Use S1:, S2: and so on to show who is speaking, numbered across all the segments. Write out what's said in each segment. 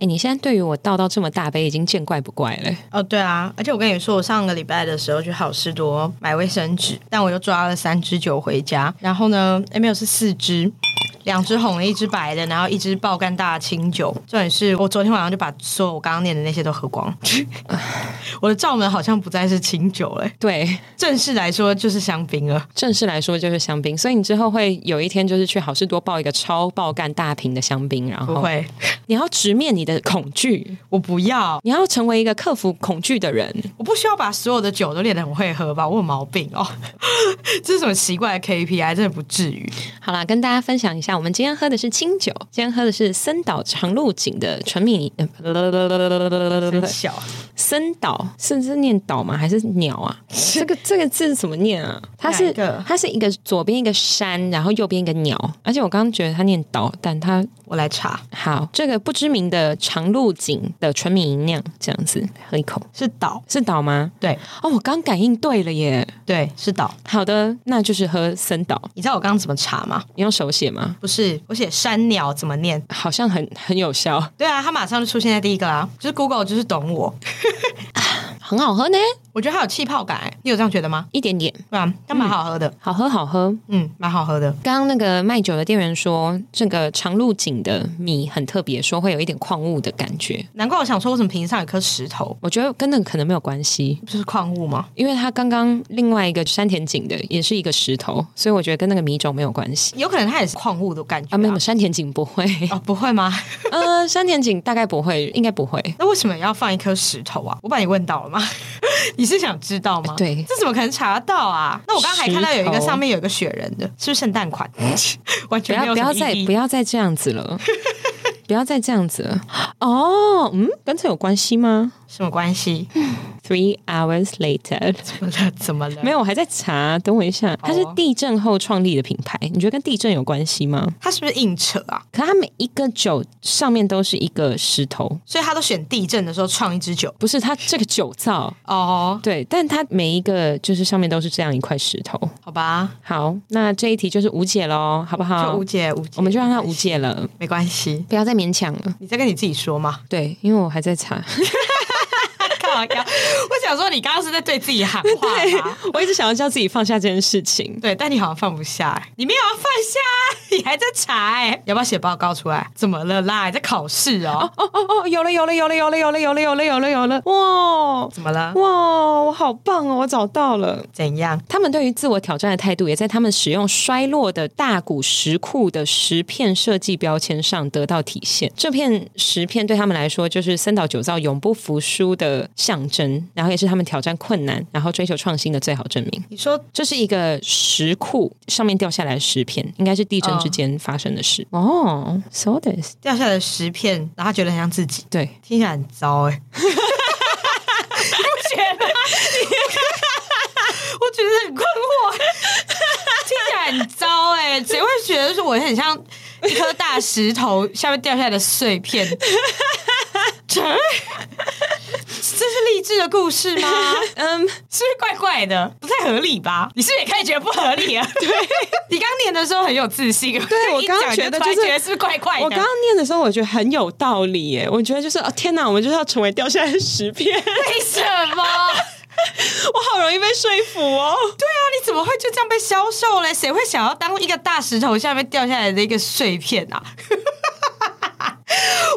S1: 哎，你现在对于我倒到这么大杯已经见怪不怪了。
S2: 哦，对啊，而且我跟你说，我上个礼拜的时候去好事多买卫生纸，但我又抓了三支酒回家，然后呢，哎，没有是四支。两只红的，一只白的，然后一只爆干大的清酒。重点是我昨天晚上就把所有我刚刚念的那些都喝光。 我的罩门好像不再是清酒了，
S1: 对，
S2: 正式来说就是香槟了。
S1: 正式来说就是香槟，所以你之后会有一天就是去好事多爆一个超爆干大瓶的香槟，然
S2: 不
S1: 后
S2: 会，
S1: 你要直面你的恐惧，
S2: 我不要，
S1: 你要成为一个克服恐惧的人。
S2: 我不需要把所有的酒都练得很会喝吧？我有毛病哦， 这是什么奇怪的 KPI？真的不至于。
S1: 好啦，跟大家分享一下，我们今天喝的是清酒，今天喝的是森岛长鹿井的纯米，呃
S2: 很小，
S1: 森岛是是念岛吗？还是鸟啊？这个这个字怎么念啊？它
S2: 哪
S1: 是
S2: 一个
S1: 它是一个左边一个山，然后右边一个鸟，而且我刚刚觉得它念岛，但它
S2: 我来查，
S1: 好这个不知名的长鹿井的纯米吟酿，这样子喝一口
S2: 是岛，
S1: 是岛吗？
S2: 对
S1: 哦，我刚感应对了耶。
S2: 对，是岛。
S1: 好的，那就是喝森岛，
S2: 你知道我刚刚怎么查吗？
S1: 你用手写吗？
S2: 不是，我写山鸟怎么念？
S1: 好像很很有效，
S2: 对啊，它马上就出现在第一个啦。就是 Google 就是懂我，
S1: 很好喝呢，
S2: 我觉得它有气泡感、欸，你有这样觉得吗？
S1: 一点点，
S2: 对啊，它
S1: 嗯
S2: 蛮好喝的，
S1: 好喝好喝。
S2: 嗯，蛮好喝的。
S1: 刚刚那个卖酒的店员说，这个长鹿井的米很特别，说会有一点矿物的感觉。
S2: 难怪我想说，为什么瓶上有颗石头？
S1: 我觉得跟那个可能没有关系，
S2: 不就是矿物吗？
S1: 因为它刚刚另外一个山田井的也是一个石头，所以我觉得跟那个米种没有关系
S2: 有可能它也是矿物的感觉、
S1: 啊。没有，山田井不 会，
S2: 哦，不会吗？
S1: 呃，山田井大概不会，应该不会。
S2: 那为什么要放一颗石头啊？我把你问到了吗？ 你是想知道吗？
S1: 哎对
S2: 这怎么可能查得到啊？那我刚刚还看到有一
S1: 石
S2: 个
S1: 头
S2: 上面有一个雪人的，是不是圣诞款？ 完
S1: 不
S2: 全
S1: 要
S2: 没有
S1: 不
S2: 什
S1: 要
S2: 么意
S1: 再
S2: 义
S1: 不要再这样子 了，不要再这样子了。哦，嗯，跟这有关系吗
S2: 什么关系？
S1: ？Three hours later，
S2: 怎么了？怎么了？
S1: 没
S2: 有，
S1: 有，我还在查。等我一下，它是地震后创立的品牌，你觉得跟地震有关系吗？
S2: 他是不是硬扯啊？
S1: 可它每一个酒上面都是一个石头，
S2: 所以他都选地震的时候创一支酒
S1: 不是它这个酒造。
S2: 哦。
S1: 对，但它每一个就是上面都是这样一块石头。
S2: 好吧，
S1: 好，那这一题就是无解喽，好不
S2: 就
S1: 好
S2: 无？解无解，
S1: 我们就让它无解了，
S2: 没关系。
S1: 不要再勉强了。
S2: 你在跟你自己 说吗？
S1: 对，因为我还在 查。
S2: 干嘛呀？我想说，你刚刚是在对自己喊话吗？
S1: 我一直想要叫自己放下这件事情。
S2: 对，但你好像放不下、欸，你没有要放下，你还在查、欸，要不要写报告出来？怎么了啦？你在考试哦？
S1: 哦哦哦，有了有了有了有了有了有了有了有了有了！哇
S2: 怎么了？
S1: 哇，我好棒哦，我找到了。
S2: 怎样？
S1: 他们对于自我挑战的态度，也在他们使用衰落的大谷石库的石片设计标签上得到体现。这片石片对他们来说，就是森岛久造永不服输的象征，然后也是他们挑战困难，然后追求创新的最好证明。
S2: 你说
S1: 这是一个石库上面掉下来的石片，应该是地震之间发生的事。哦、s o this，
S2: 掉下来的石片，然后他觉得很像自己，
S1: 对，
S2: 听起来很糟哎、 欸。你不觉得吗？我觉得很困惑，听起来很糟哎、欸，谁会觉得说我很像一颗大石头下面掉下来的碎 片？这这是励志的故事吗？
S1: 嗯，
S2: 是不是怪怪的？不太合理吧？你是不是也开始觉得不合理 啊？对，你刚念的时候很有自信，
S1: 对我
S2: 一
S1: 刚刚
S2: 讲
S1: 觉得
S2: 突然
S1: 就是
S2: 觉得是不是怪怪的？
S1: 我刚刚念的时候，我觉得很有道理耶。我觉得就是，哦，天哪，我们就是要成为掉下来的石片，
S2: 为什么？
S1: 我好容易被说服哦。
S2: 对啊，你怎么会就这样被销售嘞？谁会想要当一个大石头下面掉下来的一个碎片啊？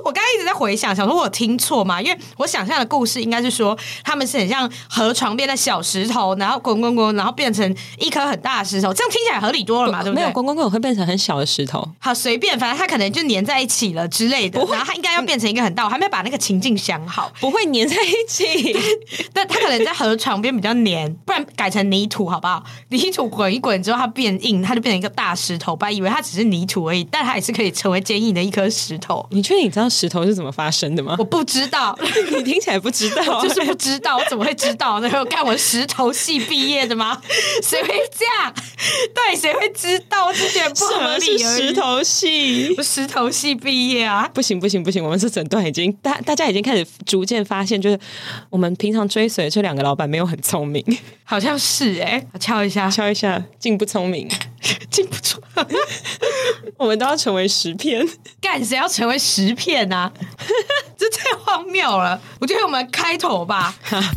S2: 我刚刚一直在回想，想说我有听错吗？因为我想象的故事应该是说，他们是很像河床边的小石头，然后滚滚滚，然后变成一颗很大的石头，这样听起来合理多了嘛，对不
S1: 没有
S2: 对？
S1: 滚滚滚会变成很小的石头，
S2: 好，随便，反正它可能就粘在一起了之类的，然后它应该要变成一个很大，我还没有把那个情境想好，
S1: 不会粘在一起。
S2: 但它可能在河床边比较黏，不然改成泥土好不好？泥土滚一滚之后，它变硬，它就变成一个大石头。本来以为它只是泥土而已，但它也是可以成为坚硬的一颗石 头。
S1: 你确定你知道石头是怎么发生的吗
S2: 我？不知道，
S1: 你听起来不知 道，
S2: 就是不知道，我怎么会知道呢？我看我石头系毕业的吗？ 谁会这样？对，谁会知道？我只觉得不
S1: 什
S2: 合
S1: 么
S2: 理
S1: 是
S2: 而
S1: 石
S2: 已。
S1: 头系？
S2: 我石头系毕业啊，
S1: 不行不行不行，我们这整段已经大大家已经开始逐渐发现，就是我们平常追随的这两个老板没有很聪明，
S2: 好像是哎、我敲一下，
S1: 敲一下竟不聪明，
S2: 进不出。
S1: 我们都要成为十片。
S2: 干谁要成为十片啊？ 这太荒谬了！我觉得我们开头吧，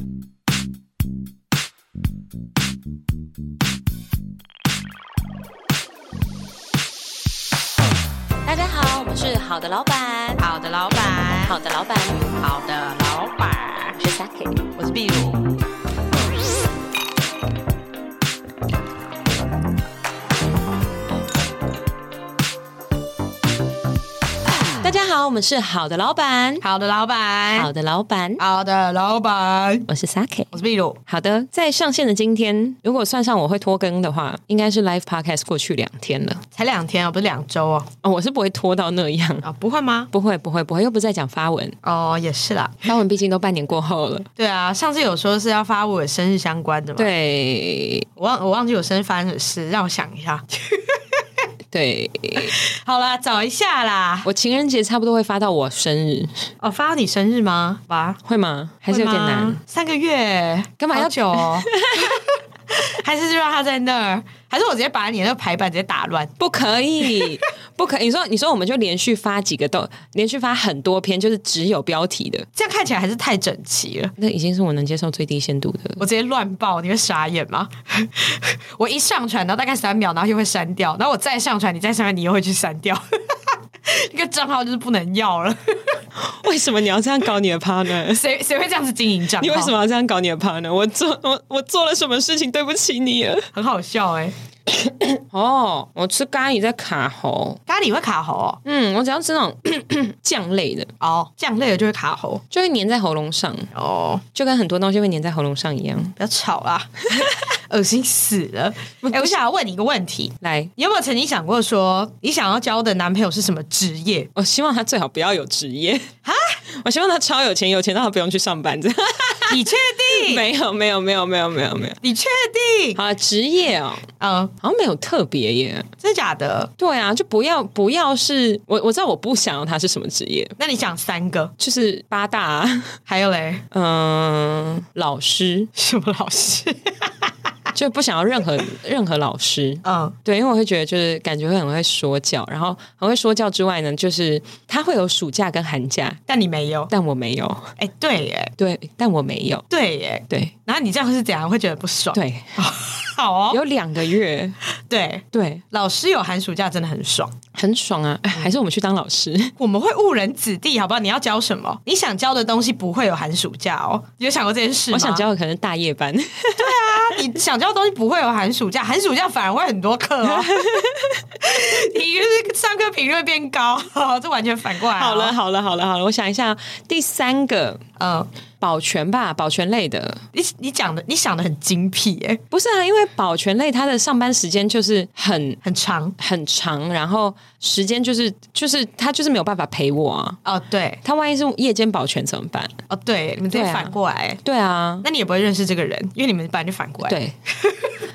S3: 大家好，我们是好的老板，
S2: 好的老板，
S3: 好的老板，
S2: 好的老板，
S3: 我是 Saki。
S2: 我是壁炉。
S1: 大家好，我们是好的老板，
S2: 好的老板，
S1: 好的老板，
S2: 好的老板，
S1: 哎我是 Saki。
S2: 我是壁炉。
S1: 好的，在上线的今天，如果算上我会拖更的话，应该是 Live Podcast 过去两天了。
S2: 才两天啊，不是两周哦。
S1: 哦，我是不会拖到那样，
S2: 啊，不会吗？
S1: 不会不会不会，又不是在讲发文，
S2: 哦，也是啦。
S1: 发文毕竟都半年过后了。
S2: 对啊，上次有说是要发我生日相关的嘛？，
S1: 对啊
S2: 我忘我忘记我生日发生什么事，让我想一下。
S1: 对，
S2: 好啦，找一下啦。
S1: 我情人节差不多会发到我生日，
S2: 哦，发到你生日吗？吧，
S1: 会吗？还是有点
S2: 会
S1: 难
S2: 吗。。三个月，
S1: 干嘛要
S2: 好久、哦？ 还是就让他在那儿？还是我直接把你那个排版直接打乱？
S1: 不可以，不可以！你说，你说，我们就连续发几个都，连续发很多篇，就是只有标题的，
S2: 这样看起来还是太整齐了。
S1: 那已经是我能接受最低限度的。
S2: 我直接乱报，你会傻眼吗？ 我一上传，然后大概三秒，然后又会删掉，然后我再上传，你再上传，你又会去删掉。 那个账号就是不能要了，
S1: 为什么你要这样搞你的 partner？
S2: 谁谁会这样子经营账号？
S1: 你为什么要这样搞你的 partner？我做我我做了什么事情对不起你了？
S2: 很好笑哎、
S1: 哦，我吃咖喱在卡喉，
S2: 咖喱会卡喉哦，
S1: 嗯，我只要吃那种 酱类的，
S2: 哦这样累了就会卡喉
S1: 就会粘在喉咙上，
S2: 哦。
S1: 就跟很多东西会粘在喉咙上一样。
S2: 不要吵啦， 恶心死了！哎、我想要问你一个问题，
S1: 来，
S2: 你有没有曾经想过说，你想要交的男朋友是什么职业？
S1: 我希望他最好不要有职业啊！我希望他超有钱，有钱到他不用去上班，这样
S2: 你确定？
S1: 没有没有没有没有没有没有。
S2: 你确定？
S1: 哎好啊，职业哦，
S2: 嗯，
S1: 好像没有特别耶。
S2: 真的假的？
S1: 对啊，就不要不要是我我知道我不想要他是什么职业，
S2: 那你讲三个，
S1: 就是八大啊、
S2: 还有嘞，
S1: 嗯、老师，
S2: 什么老师？
S1: 就不想要任何任何老师。
S2: 嗯，
S1: 对，因为我会觉得就是感觉会很会说教，然后很会说教之外呢，就是他会有暑假跟寒假，
S2: 但你没有。
S1: 但我没有。
S2: 哎、对耶，
S1: 对，但我没有。
S2: 对耶。
S1: 对
S2: 然后你这样是怎样？会觉得不爽？，
S1: 对，
S2: 好哦。
S1: 有两个月，
S2: 对，
S1: 对，
S2: 老师有寒暑假真的很爽。
S1: 很爽啊！哎还是我们去当老师？
S2: 我们会误人子弟，好不好？你要教什么？你想教的东西不会有寒暑假哦。你有想过这件事吗？啊
S1: 我想教的可能是大夜班，
S2: 你想教的东西不会有寒暑假，寒暑假反而会很多课 哦。你就是上课频率变高， 这完全反过来、哦
S1: 好了，，好了，好了，好了，我想一下，第三个
S2: 嗯，
S1: 保全吧，保全类的，
S2: 你你讲的你想的很精辟耶，
S1: 不是啊，因为保全类它的上班时间就是很
S2: 很长
S1: 很长，然后时间就是就是他就是没有办法陪我啊。
S2: 哦，对
S1: 他万一是夜间保全怎么办？
S2: 哦对，你们直接
S1: 对啊
S2: 反过来耶，
S1: 对啊，
S2: 那你也不会认识这个人，因为你们本来就反过来。，
S1: 对。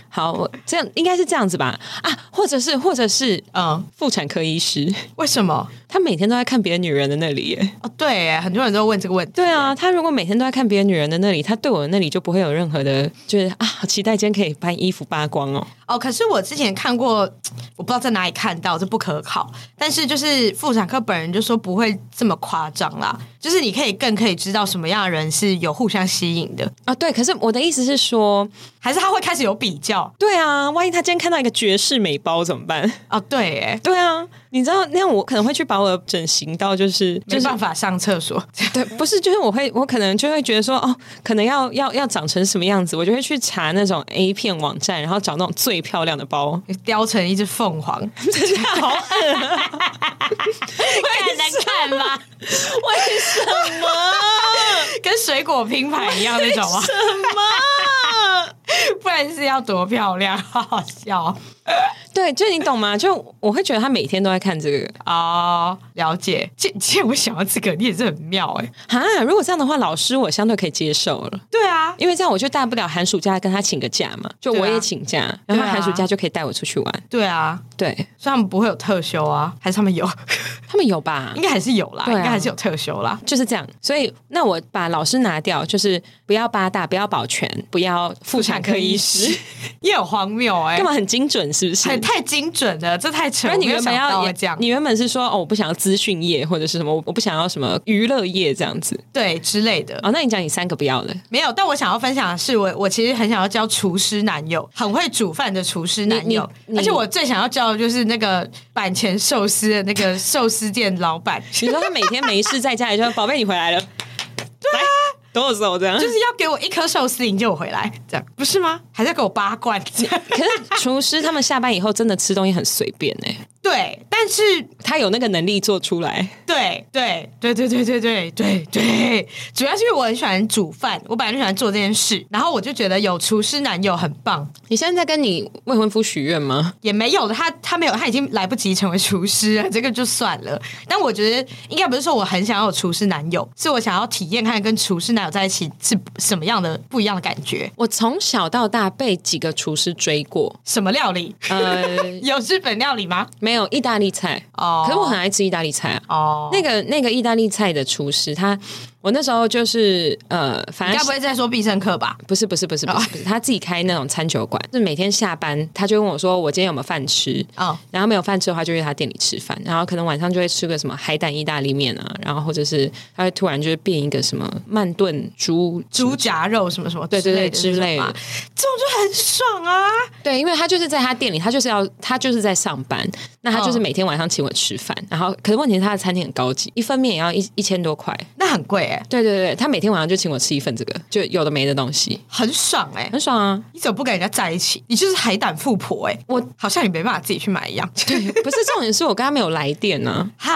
S1: 好，我这样应该是这样子吧？啊，或者是或者是
S2: 嗯，
S1: 妇产科医师，
S2: 为什么？
S1: 他每天都在看别的女人的那里耶。
S2: 哦，对耶，很多人都问这个问题。
S1: 对啊，他如果每天都在看别的女人的那里，他对我的那里就不会有任何的，就是啊，好期待今天可以把衣服扒光哦。
S2: 哦，可是我之前看过，我不知道在哪里看到，这不可考。但是就是妇产科本人就说不会这么夸张啦，就是你可以更可以知道什么样的人是有互相吸引的，
S1: 啊，对，可是我的意思是说，
S2: 还是他会开始有比较道
S1: 对啊，万一他今天看到一个绝世美包怎么办？
S2: 哦，对，哎，
S1: 对啊，你知道那样我可能会去把我整形到就是就
S2: 没
S1: 是
S2: 办法上厕所，
S1: 对，不是就是我会我可能就会觉得说哦，可能要要要长成什么样子，我就会去查那种 A 片网站，然后找那种最漂亮的包，
S2: 雕成一只凤凰，
S1: 真的好恶啊
S3: 看来看吧，
S1: 为什 么？
S2: 跟水果拼盘一样那种啊，
S1: 什么？
S2: 不然是要多漂亮，好好笑哦
S1: 对，就你懂吗？就我会觉得他每天都在看这个
S2: 哦。了解，既既然我想到这个，你也是很妙哎、
S1: 啊。如果这样的话，老师我相对可以接受了，
S2: 对啊，
S1: 因为这样我就大不了寒暑假跟他请个假嘛，就
S2: 对啊
S1: 我也请假，然后寒暑假就可以带我出去玩。
S2: 对啊，
S1: 对
S2: 所以他们不会有特休啊，还是他们有？
S1: 他们有吧
S2: 应？该还是有啦，
S1: 对啊
S2: 应该还是有特休啦。
S1: 就是这样，所以那我把老师拿掉，就是不要八大，不要保全，不要妇产科医师，，
S2: 也很荒谬哎、
S1: 干嘛很精准是不是？
S2: 很太精准了，这太扯。
S1: 不然你原本
S2: 我没有想到
S1: 要
S2: 会这样，
S1: 你原本是说哦，我不想要资讯业或者是什么，我我不想要什么娱乐业这样子。
S2: 对之类的、
S1: 哦，那你讲你三个不要的，
S2: 没有。但我想要分享的是，我我其实很想要交厨师男友，很会煮饭的厨师男友
S1: 你你，你
S2: 而且我最想要交的就是那个板前寿司的那个寿司店老板，
S1: 比如说他每天没事在家里就宝贝你回来了，对啊，抖我手这样。
S2: 就是要给我一颗寿司引就我回来，这样不是吗？还是要给我八 罐？
S1: 可是厨师他们下班以后真的吃东西很随便哎、
S2: 对，但是
S1: 他有那个能力做出来。
S2: 对对对对对对对对对，主要是因为我很喜欢煮饭，我本来就喜欢做这件事，然后我就觉得有厨师男友很棒，
S1: 你现在在跟你未婚夫许愿吗？
S2: 也没有他 他没有他已经来不及成为厨师了，这个就算了。但我觉得应该不是说我很想要有厨师男友，是我想要体验看跟厨师男友在一起是什么样的不一样的感觉，
S1: 我从小到大被几个厨师追过，
S2: 什么料 理？
S1: 呃，
S2: 有日本料理吗？
S1: 没有意大利菜
S2: 哦
S1: 可是我很爱吃意大利菜啊。
S2: 哦，
S1: 那个那个意大利菜的厨师，他我那时候就是呃，反
S2: 你
S1: 正
S2: 该不会在说必胜客吧？
S1: 不是不是不是不是不是，他自己开那种餐酒馆，就是每天下班他就问我说：“我今天有没有饭吃？”
S2: 哦
S1: 然后没有饭吃的话，就去他店里吃饭。然后可能晚上就会吃个什么海胆意大利面啊，然后或者是他会突然就是变一个什么慢炖猪。
S2: 猪夹肉什么什么
S1: 对对对
S2: 之类的
S1: 之类
S2: 那种
S1: 的
S2: 嘛，这种就很爽啊！
S1: 对，因为他就是在他店里，他就是要他就是在上班，那他就是
S2: 哦
S1: 每天晚上请我吃饭。然后可是问题是他的餐厅很高级，一份面也要一一千多块。
S2: 那很贵哎、
S1: 对对对，他每天晚上就请我吃一份这个，就有的没的东西，
S2: 很爽哎、
S1: 很爽啊。
S2: 你怎么不跟人家在一起？你就是海胆富婆哎、我好像也没办法自己去买一样。对，
S1: 不是重点是我跟他没有来电呢、啊。
S2: 哈，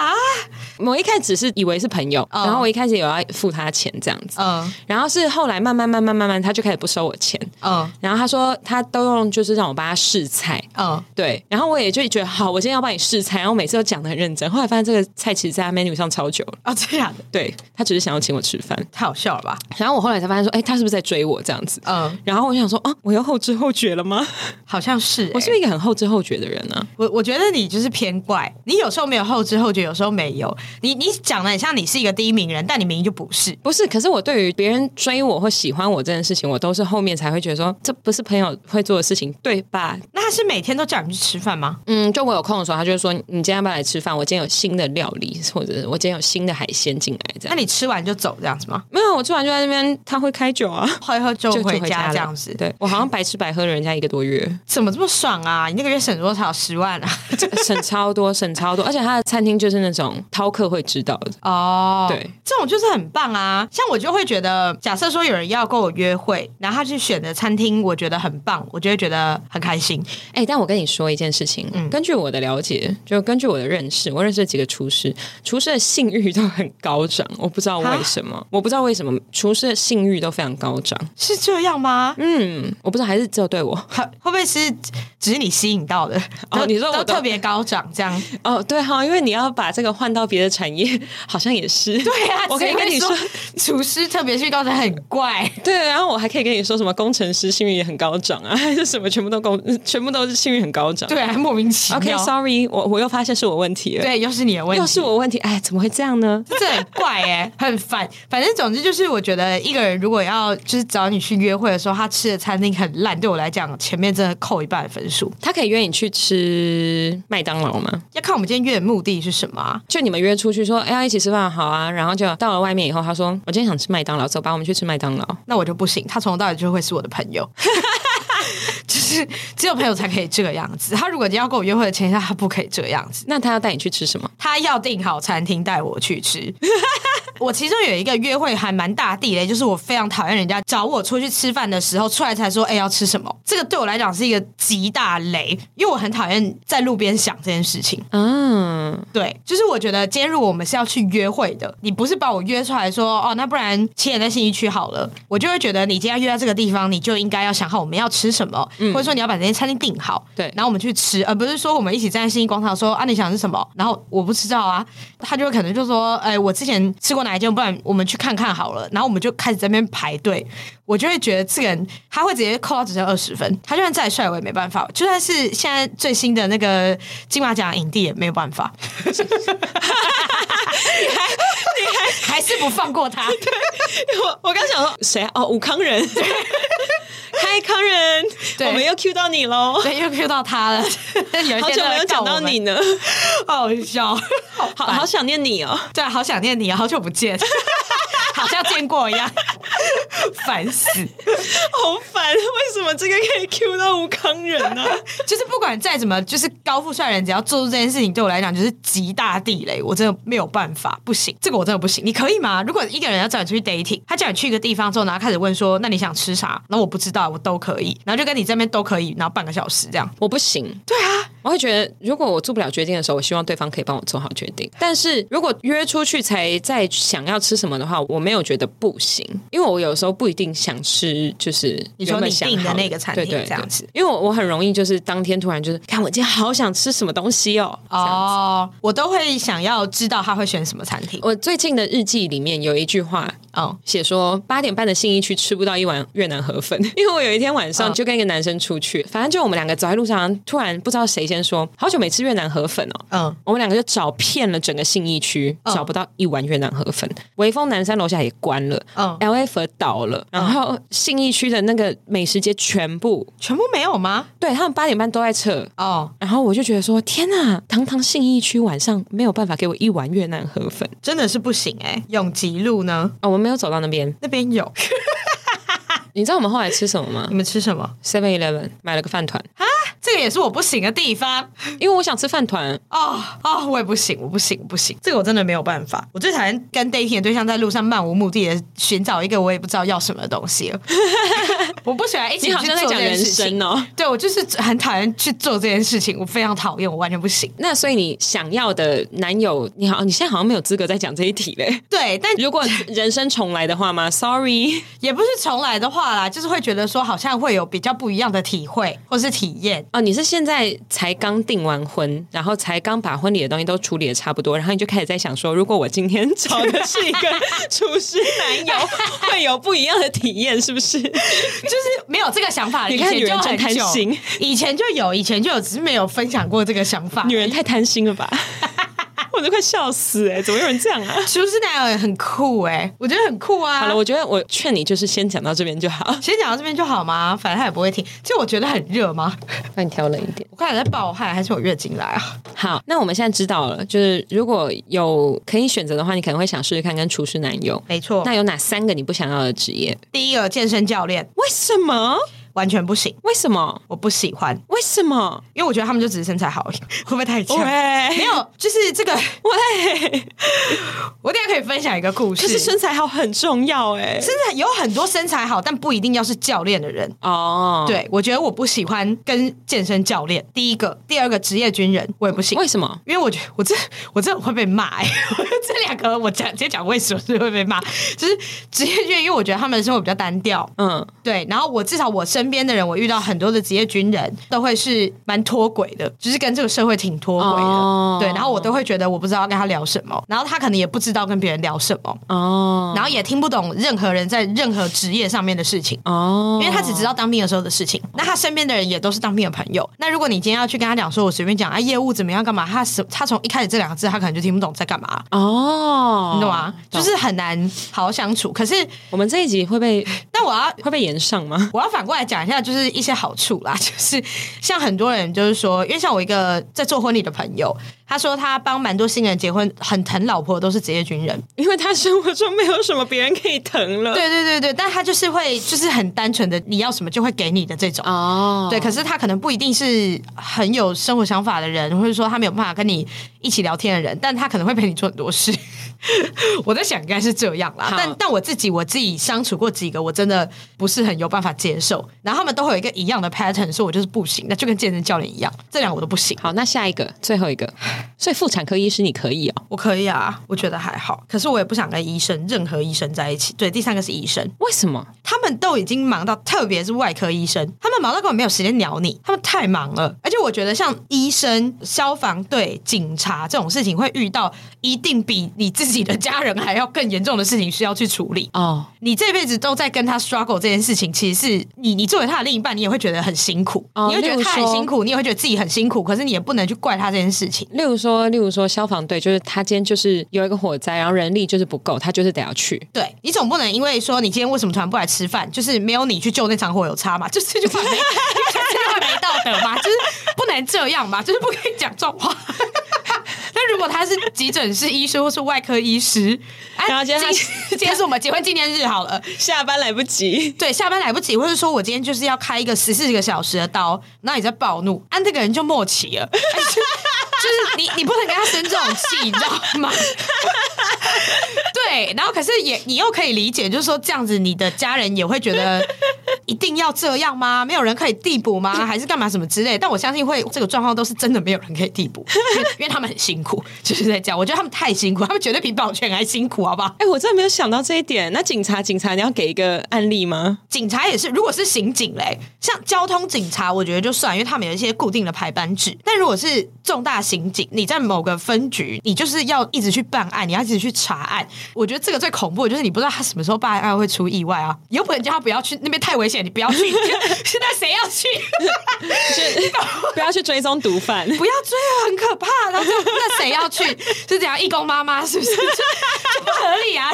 S1: 我一开始只是以为是朋友，
S2: 哦
S1: 然后我一开始有要付他钱这样子，
S2: 嗯
S1: 然后是后来慢慢慢慢慢慢，他就开始不收我钱，
S2: 嗯
S1: 然后他说他都用就是让我帮他试菜。
S2: 嗯，
S1: 对，然后我也就觉得好，我今天要帮你试菜，然后我每次都讲的很认真。后来发现这个菜其实在他 menu 上超久了，
S2: 哦，这样的
S1: 对他只是想要请我吃饭。
S2: 太好笑了吧？
S1: 然后我后来才发现说，哎，他是不是在追我这样子？
S2: 嗯，
S1: 然后我就想说，啊，我又后知后觉了吗？
S2: 好像是、欸。
S1: 我是不是一个很后知后觉的人啊呢、
S2: 我我觉得你就是偏怪，你有时候没有后知后觉，有时候没有。你你讲的很像你是一个第一名人，但你明明就不是。
S1: 不是，可是我对于别人追我或喜欢我这件事情，我都是后面才会觉得说，这不是朋友会做的事情，对吧？
S2: 那他是每天都叫你去吃饭吗？
S1: 嗯，就我有空的时候，他就会说，你今天要不要来吃饭？我今天有新的料理，或者是我今天有新的海鲜进来，这
S2: 那
S1: 样。
S2: 你吃完就走这样子吗？
S1: 啊没有，我吃完就在那边，他会开酒啊，
S2: 喝一喝就
S1: 就
S2: 回
S1: 就
S2: 家
S1: 了
S2: 这样子，
S1: 对我好像白吃白喝了人家一个多月，
S2: 怎么这么爽啊？你那个月省多少？十万 啊？
S1: 省超多，省超多。而且他的餐厅就是那种饕客会知道的，
S2: 哦，
S1: 对，
S2: 这种就是很棒啊。像我就会觉得，假设说有人要跟我约会，然后他去选的餐厅，我觉得很棒，我就会觉得很开心。
S1: 哎、但我跟你说一件事情，根据我的了解，就根据我的认识，我认识了几个厨师，厨师的性欲都很高涨，我不知道为什么，我不知道为什么厨师的性欲都非常高涨，
S2: 是这样吗？
S1: 嗯，我不知道还是只有对我，
S2: 会会不会是只是你吸引到的？
S1: 哦
S2: 都
S1: 你说我
S2: 都
S1: 的
S2: 特别高涨这样？
S1: 哦，对哈、因为你要把这个换到别的产业，好像也是，
S2: 对 啊，
S1: 我可以
S2: 谁会
S1: 跟你
S2: 说
S1: 说，，
S2: 厨师特别去高涨很怪。
S1: 对，然后我还可以跟你说什么工程师性欲也很高涨啊，还是什么全部都工，全部都是性欲很高涨，
S2: 对啊，莫名其妙。
S1: ，OK，Sorry，、我我又发现是我问题了，
S2: 对，又是你的问题，
S1: 又是我问题，哎，怎么会这样呢？
S2: 这很怪哎、很烦。反正总之就是，我觉得一个人如果要就是找你去约会的时候，他吃的餐厅很烂，对我来讲，前面真的扣一半的分数。
S1: 他可以约你去吃麦当劳吗？
S2: 要看我们今天约的目的是什么、啊。
S1: 就你们约出去说，哎、要一起吃饭好啊，然后就到了外面以后，他说我今天想吃麦当劳，走吧，我们去吃麦当劳。
S2: 那我就不行，他从头到尾就会是我的朋友。就是只有朋友才可以这个样子。他如果要跟我约会的前提下，他不可以这个样子。
S1: 那他要带你去吃什么？
S2: 他要订好餐厅带我去吃。 我其中有一个约会还蛮大地雷，就是我非常讨厌人家找我出去吃饭的时候，出来才说哎、要吃什么，这个对我来讲是一个极大雷，因为我很讨厌在路边想这件事情。
S1: 嗯，
S2: 对，就是我觉得今天如果我们是要去约会的，你不是把我约出来说哦，那不然七点在信义区好了，我就会觉得你今天约在这个地方，你就应该要想好我们要吃什么，或者说你要把这些餐厅订好，
S1: 对
S2: 然后我们去吃，呃而不是说我们一起站在信义广场说啊你想吃什么，然后我不知道啊，他就会可能就说，哎，我之前吃过哪一间，不然我们去看看好了，然后我们就开始在那边排队，我就会觉得这个人他会直接扣到只剩二十分，他就算再帅我也没办法，就算是现在最新的那个金马奖影帝也没有办法。你 还还是不放过 他，
S1: 我我刚想说谁啊？哦，武康人， 嗨，康人，
S2: 对
S1: 我们又 Q 到你喽，好
S2: 对，又 Q 到他 了。有一些
S1: 久没有讲到你，呢，
S2: 好笑，好
S1: 好好想念你哦。
S2: 对，好想念你，好久不 见，好像见过一样，烦死！
S1: 好烦，为什么这个可以 Q 到吴康人呢、
S2: 就是不管再怎么，就是高富帅人，只要做出这件事情，对我来讲就是极大地雷，我真的没有办法，不行，这个我真的不行。你可以吗？如果一个人要叫你出去 dating，他叫你去一个地方之后，然后开始问说，那你想吃啥？然后我不知道，我都可以，然后就跟你这边都可以，然后半个小时这样。
S1: 我不行，对啊，我会觉得如果我做不了决定的时候，我希望对方可以帮我做好决定。但是如果约出去才在想要吃什么的话，我没有觉得不行，因为我有时候不一定想吃，就是
S2: 你说
S1: 原本
S2: 你
S1: 想
S2: 订的
S1: 好
S2: 那个餐厅
S1: 对对
S2: 这样子
S1: 对因为我我很容易就是当天突然就是，看我今天好想吃什么东西哦，这样子。
S2: 哦，我都会想要知道他会选什么餐厅。
S1: 我最近的日记里面有一句话
S2: 哦，
S1: 写说八点半的信义区吃不到一碗越南河粉， 因为我有一天晚上就跟一个男生出去，反正就我们两个走在路上，突然不知道谁先说好久没吃越南河粉哦，
S2: 嗯，
S1: 我们两个就找遍了整个信义区，
S2: 嗯
S1: 找不到一碗越南河粉。微风南山楼下也关了，
S2: 嗯
S1: 嗯，L F 倒了，然后信义区的那个美食街全部，
S2: 全部没有吗？
S1: 对他们八点半都在撤。
S2: 哦，
S1: 然后我就觉得说，天呐，堂堂信义区晚上没有办法给我一碗越南河粉
S2: 真的是不行哎、永吉路呢？
S1: 哦，我没有走到那边。
S2: 那边有，
S1: 你知道我们后来吃什么吗
S2: 你们吃什么？
S1: ？Seven Eleven 买了个饭团，
S2: 这个也是我不行的地方
S1: 因为我想吃饭团。
S2: 哦哦，我也不行，我不行，我不行，这个我真的没有办法。我最讨厌跟 dating 的对象在路上漫无目的的寻找一个我也不知道要什么的东 西了。我不喜欢一起
S1: 你好
S2: 去
S1: 像在
S2: 做这
S1: 讲
S2: 件
S1: 人
S2: 事情
S1: 生哦。
S2: 对我就是很讨厌去做这件事情，我非常讨厌，我完全不行。
S1: 那所以你想要的男友，你好，你现在好像没有资格再讲这一题嘞。
S2: 对，但
S1: 如果人生重来的话吗？Sorry，
S2: 也不是重来的话啦，就是会觉得说好像会有比较不一样的体会或是体验。
S1: 哦，你是现在才刚订完婚，然后才刚把婚礼的东西都处理的差不多，然后你就开始在想说，如果我今天找的是一个厨师男 友，会有不一样的体验，是不 是？
S2: 就是没有这个想法，
S1: 你看
S2: 以前就
S1: 女人真
S2: 很
S1: 贪
S2: 久
S1: 心，
S2: 以前就有，以前就有，只是没有分享过这个想法。
S1: 女人太贪心了吧？ 我都快笑死哎、怎么有人这样啊？
S2: 厨师男友很酷哎、我觉得很酷啊。
S1: 好了，我觉得我劝你就是先讲到这边就好。
S2: 先讲到这边就好吗？反正他也不会听。就我觉得很热吗？
S1: 那你调冷一点。
S2: 我看你在暴汗，还是我月经来啊？
S1: 好，那我们现在知道了，就是如果有可以选择的话，你可能会想试试看跟厨师男友。
S2: 没错
S1: 那有哪三个你不想要的职业？
S2: 第一个健身教练
S1: 为什么？
S2: 完全不行，
S1: 为什么？
S2: 我不喜欢，
S1: 为什么？哦
S2: 因为我觉得他们就只是身材好而已， 会不会太强？没
S1: 喂，
S2: 有，就是这个，
S1: 喂，
S2: 我等一下可以分享一个故事。
S1: 可是身材好很重要哎、
S2: 身材有很多身材好，但不一定要是教练的人。
S1: 哦，，
S2: 对，我觉得我不喜欢跟健身教练。第一个，第二个职业军人，我也不行。
S1: 为什么？
S2: 因为我觉得我这我这会被 骂、欸，这两个我讲直接讲为什么是会被骂，就是职业军人，因为我觉得他们的生活比较单调，
S1: 嗯，
S2: 对。然后我至少我身边的人，我遇到很多的职业军人都会是蛮脱轨的，就是跟这个社会挺脱轨的，
S1: 哦
S2: 对。然后我都会觉得我不知道跟他聊什么，然后他可能也不知道跟别人聊什么，
S1: 哦，
S2: 然后也听不懂任何人在任何职业上面的事情。
S1: 哦，
S2: 因为他只知道当兵的时候的事情，那他身边的人也都是当兵的朋友。那如果你今天要去跟他讲说，我随便讲啊，业务怎么样干嘛，他是他从一开始这两个字，他可能就听不懂在干嘛，
S1: 哦，
S2: 你懂吗？
S1: 懂
S2: 就是很难好好相处。可是，
S1: 我们这一集会被
S2: 但我要
S1: 会被延上吗？
S2: 我要反过来讲一下，就是一些好处啦， 就是像很多人就是说，因为像我一个在做婚礼的朋友，他说他帮蛮多新人结婚，很疼老婆，都是职业军人。
S1: 因为他生活中没有什么别人可以疼了。
S2: 对对对对，但他就是会就是很单纯的，你要什么就会给你的这种。
S1: 哦，
S2: 对，可是他可能不一定是很有生活想法的人，或者说他没有办法跟你一起聊天的人，但他可能会陪你做很多事。 我在想应该是这样啦
S1: 好，
S2: 但但我自己我自己相处过几个，我真的不是很有办法接受。然后他们都会有一个一样的 pattern，说我就是不行，那就跟健身教练一样，这两个我都不行。
S1: 好，那下一个，最后一 个，所以妇产科医师你可以哦？
S2: 我可以啊，我觉得还好，可是我也不想跟医生任何医生在一起。对，第三个是医生，
S1: 为什么？
S2: 他们都已经忙到，特别是外科医生，他们忙到根本没有时间鸟你，他们太忙了。而且我觉得像医生、消防队、警察这种事情，会遇到一定比你自己的家人还要更严重的事情需要去处理。
S1: 哦，
S2: 你这辈子都在跟他 struggle 这件事情，其实是你，你作为他的另一半，你也会觉得很辛苦，
S1: 哦
S2: 你会觉
S1: 例如
S2: 得他很
S1: 说
S2: 辛苦，你也会觉得自己很辛苦，可是你也不能去怪他这件事情。
S1: 例如说，例如说消防队，就是他今天就是有一个火灾，然后人力就是不够，他就是得要去。
S2: 对你总不能因为说你今天为什么突然不来吃饭，就是没有你去救那场火有差嘛？ 就是这句话没，这句话没道德嘛？ 就是不能这样嘛？就是不可以讲这种话。 那如果他是急诊室医师或是外科医师，哎
S1: 然后今天他
S2: 今今天是我们结婚纪念日好了，
S1: 下班来不及，
S2: 对，下班来不及，或者说我今天就是要开一个十四个小时的刀，那你在暴怒，按这个人就默契了， 就是你你不能跟他生这种气，你知道吗？ 对，然后可是也你又可以理解，就是说这样子，你的家人也会觉得一定要这样吗？没有人可以递补吗？还是干嘛什么之类？但我相信会这个状况都是真的没有人可以递补，因为因为他们很辛苦，就是在讲，我觉得他们太辛苦，他们绝对比保全还辛苦，好不好？
S1: 哎、我真的没有想到这一点。那警察，警察，你要给一个案例吗？
S2: 警察也是，如果是刑警嘞，像交通警察，我觉得就算，因为他们有一些固定的排班制。但如果是重大刑警，你在某个分局，你就是要一直去办案，你要一直去查案。我觉得这个最恐怖的就是你不知道他什么时候办案会出意外啊！有本能叫他不要去那边太危险，你不要去。现在谁要去？
S1: 就 是不要去追踪毒贩。
S2: 不要追啊，很可怕。然后就那谁要去？是怎样义工妈妈是不是？就就不合理啊！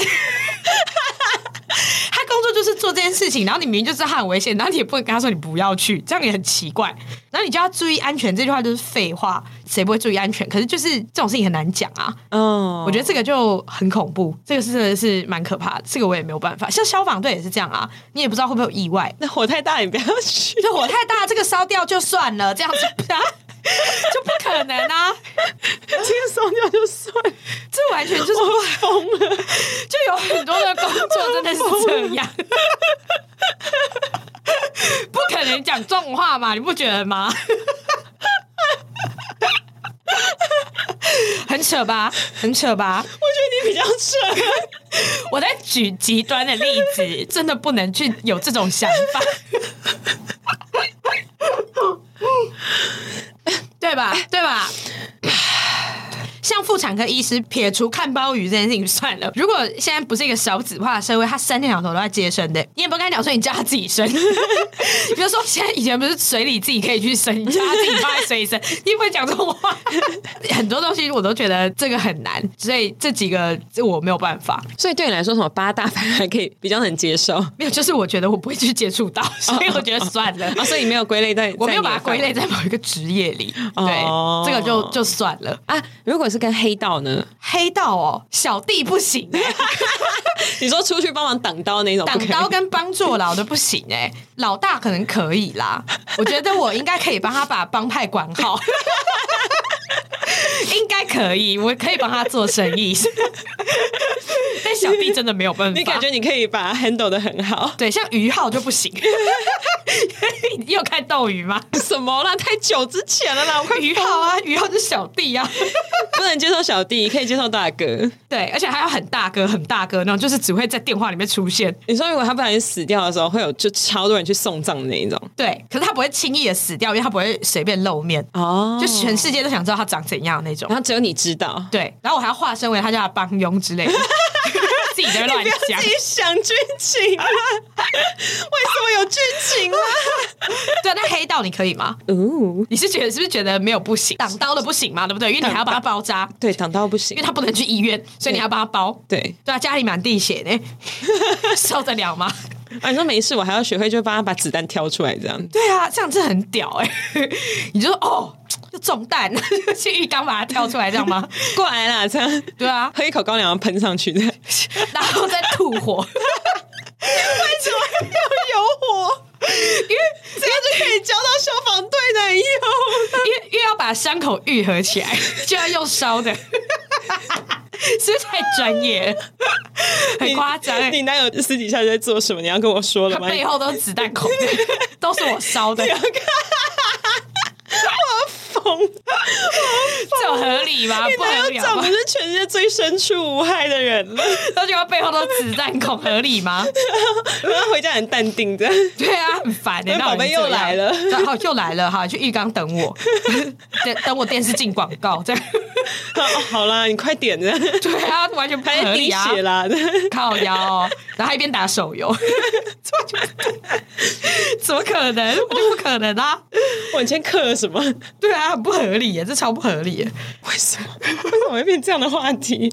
S2: 他工作就是做这件事情，然后你明明就知道他很危险，然后你也不能跟他说你不要去，这样也很奇怪。然后你就要注意安全，这句话就是废话，谁不会注意安全？可是就是这种事情很难讲啊。
S1: 嗯，
S2: 我觉得这个就很恐怖，这个是真的是蛮可怕的，这个我也没有办法。像消防队也是这样啊，你也不知道会不会有意外，
S1: 那火太大，你不要去。
S2: 就火太大，这个烧掉就算了，这样子 就不可能啊。
S1: 轻松掉就算，
S2: 这完全就是
S1: 疯了。
S2: 就有很多的工作真的是这样，不可能讲这种话嘛，你不觉得吗？很扯吧，很扯
S1: 我
S2: 吧。
S1: 觉得你比较蠢。
S2: 我在举极端的例子，真的不能去有这种想法，对吧？对吧？像妇产科医师，撇除看鲍鱼这件事情算了。如果现在不是一个少子化的社会，他三天两头都在接生的，你也不跟他讲说你叫他自己生。 比如说，现在以前不是水里自己可以去生，你叫他自己放在水里生，你也不会讲这种话。 很多东西我都觉得这个很难，所以这几个这我没有办法。
S1: 所以对你来说，什么八大反而还可以比较能接受啊、
S2: 没有，就是我觉得我不会去接 触到，所以我觉得算了。
S1: 哦所以你没有归类在，
S2: 我没有
S1: 在
S2: 把
S1: 你的范
S2: 它归
S1: 围
S2: 类在某一个职业里，
S1: 哦
S2: 对，这个就就算了。
S1: 啊。如果是跟黑道呢？
S2: 黑道哦，小弟不行、 欸
S1: 你说出去帮忙挡刀那种，
S2: 挡刀跟帮坐牢的不行哎、老大可能可以啦，我觉得我应该可以帮他把帮派管 好，应该可以，我可以帮他做生 意，但小弟真的没有办法。
S1: 你感觉你可以把 handle 的很好？
S2: 对，像于浩就不行，你有看斗鱼吗？
S1: 什么啦？太久之前 了啦， 我快
S2: 于浩啊，于浩就是小弟啊，
S1: 不能接受小弟，可以接受大哥。
S2: 对，而且还有很大哥、很大哥那种，就是只会在电话里面出现。
S1: 你说如果他不小心死掉的时候，会有就超多人去送葬的那一种
S2: 对，可是他不会轻易的死掉，因为他不会随便露面，
S1: 哦
S2: 就全世界都想知道他长怎样那种
S1: 然。后只有你知道，
S2: 对，然后我还要化身为他家的帮佣之 类的，自己在那边乱讲
S1: 自。己想剧情 啊？为什么有剧情啊？
S2: 对，那黑道你可以吗？
S1: 哦，
S2: 你是觉得是不是觉得没有不行，挡刀的不行嘛，对不对？因为你还要帮他包扎，
S1: 对，挡到不
S2: 因为
S1: 行，
S2: 他不能去医院，所以你还要帮他包。
S1: 对，
S2: 对啊，家里满地血呢，受得了吗？
S1: 啊，你说没事，我还要学会就帮他把子弹挑出来这样。
S2: 对啊，这样子很屌哎、你就说哦，就中弹，就去浴缸把它跳出来，这样吗？
S1: 过来啦，这样
S2: 对啊，
S1: 喝一口高粱然后喷上去这样。
S2: 然后再吐火。 为什么要有火？因为
S1: 这样就可以交到消防队男友。
S2: 因为因为要把伤口愈合起来，就要用烧的，是不是太专业了？很夸张欸
S1: 你男友私底下在做什么？你要跟我说了
S2: 他
S1: 吗？
S2: 背后都是子弹孔，都是我烧的，
S1: 疯，
S2: 这有合理吗？
S1: 你
S2: 不合
S1: 男
S2: 理
S1: 友
S2: 好
S1: 长
S2: 吗
S1: 得？是全世界最深处无害的人了，
S2: 都觉得背后都是子弹孔，合理吗？
S1: 然后回家很淡定这样。
S2: 对啊，很烦欸
S1: 哎
S2: 那我
S1: 宝贝
S2: 就
S1: 又
S2: 这样
S1: 来了
S2: 对好又来了哈，去浴缸等 我，等等我电视进广告，这样
S1: 哦，好啦，你快点这样。
S2: 对啊，完全不
S1: 还
S2: 合
S1: 在滴
S2: 理啊，
S1: 血啦，
S2: 靠腰哦、然后还一边打手 游，这完全怎么可能？我就不可能啊！
S1: 我今天刻了什么？为
S2: 对啊，很不合理耶，这超不合理耶！
S1: 什么？为什么会变这样的话题？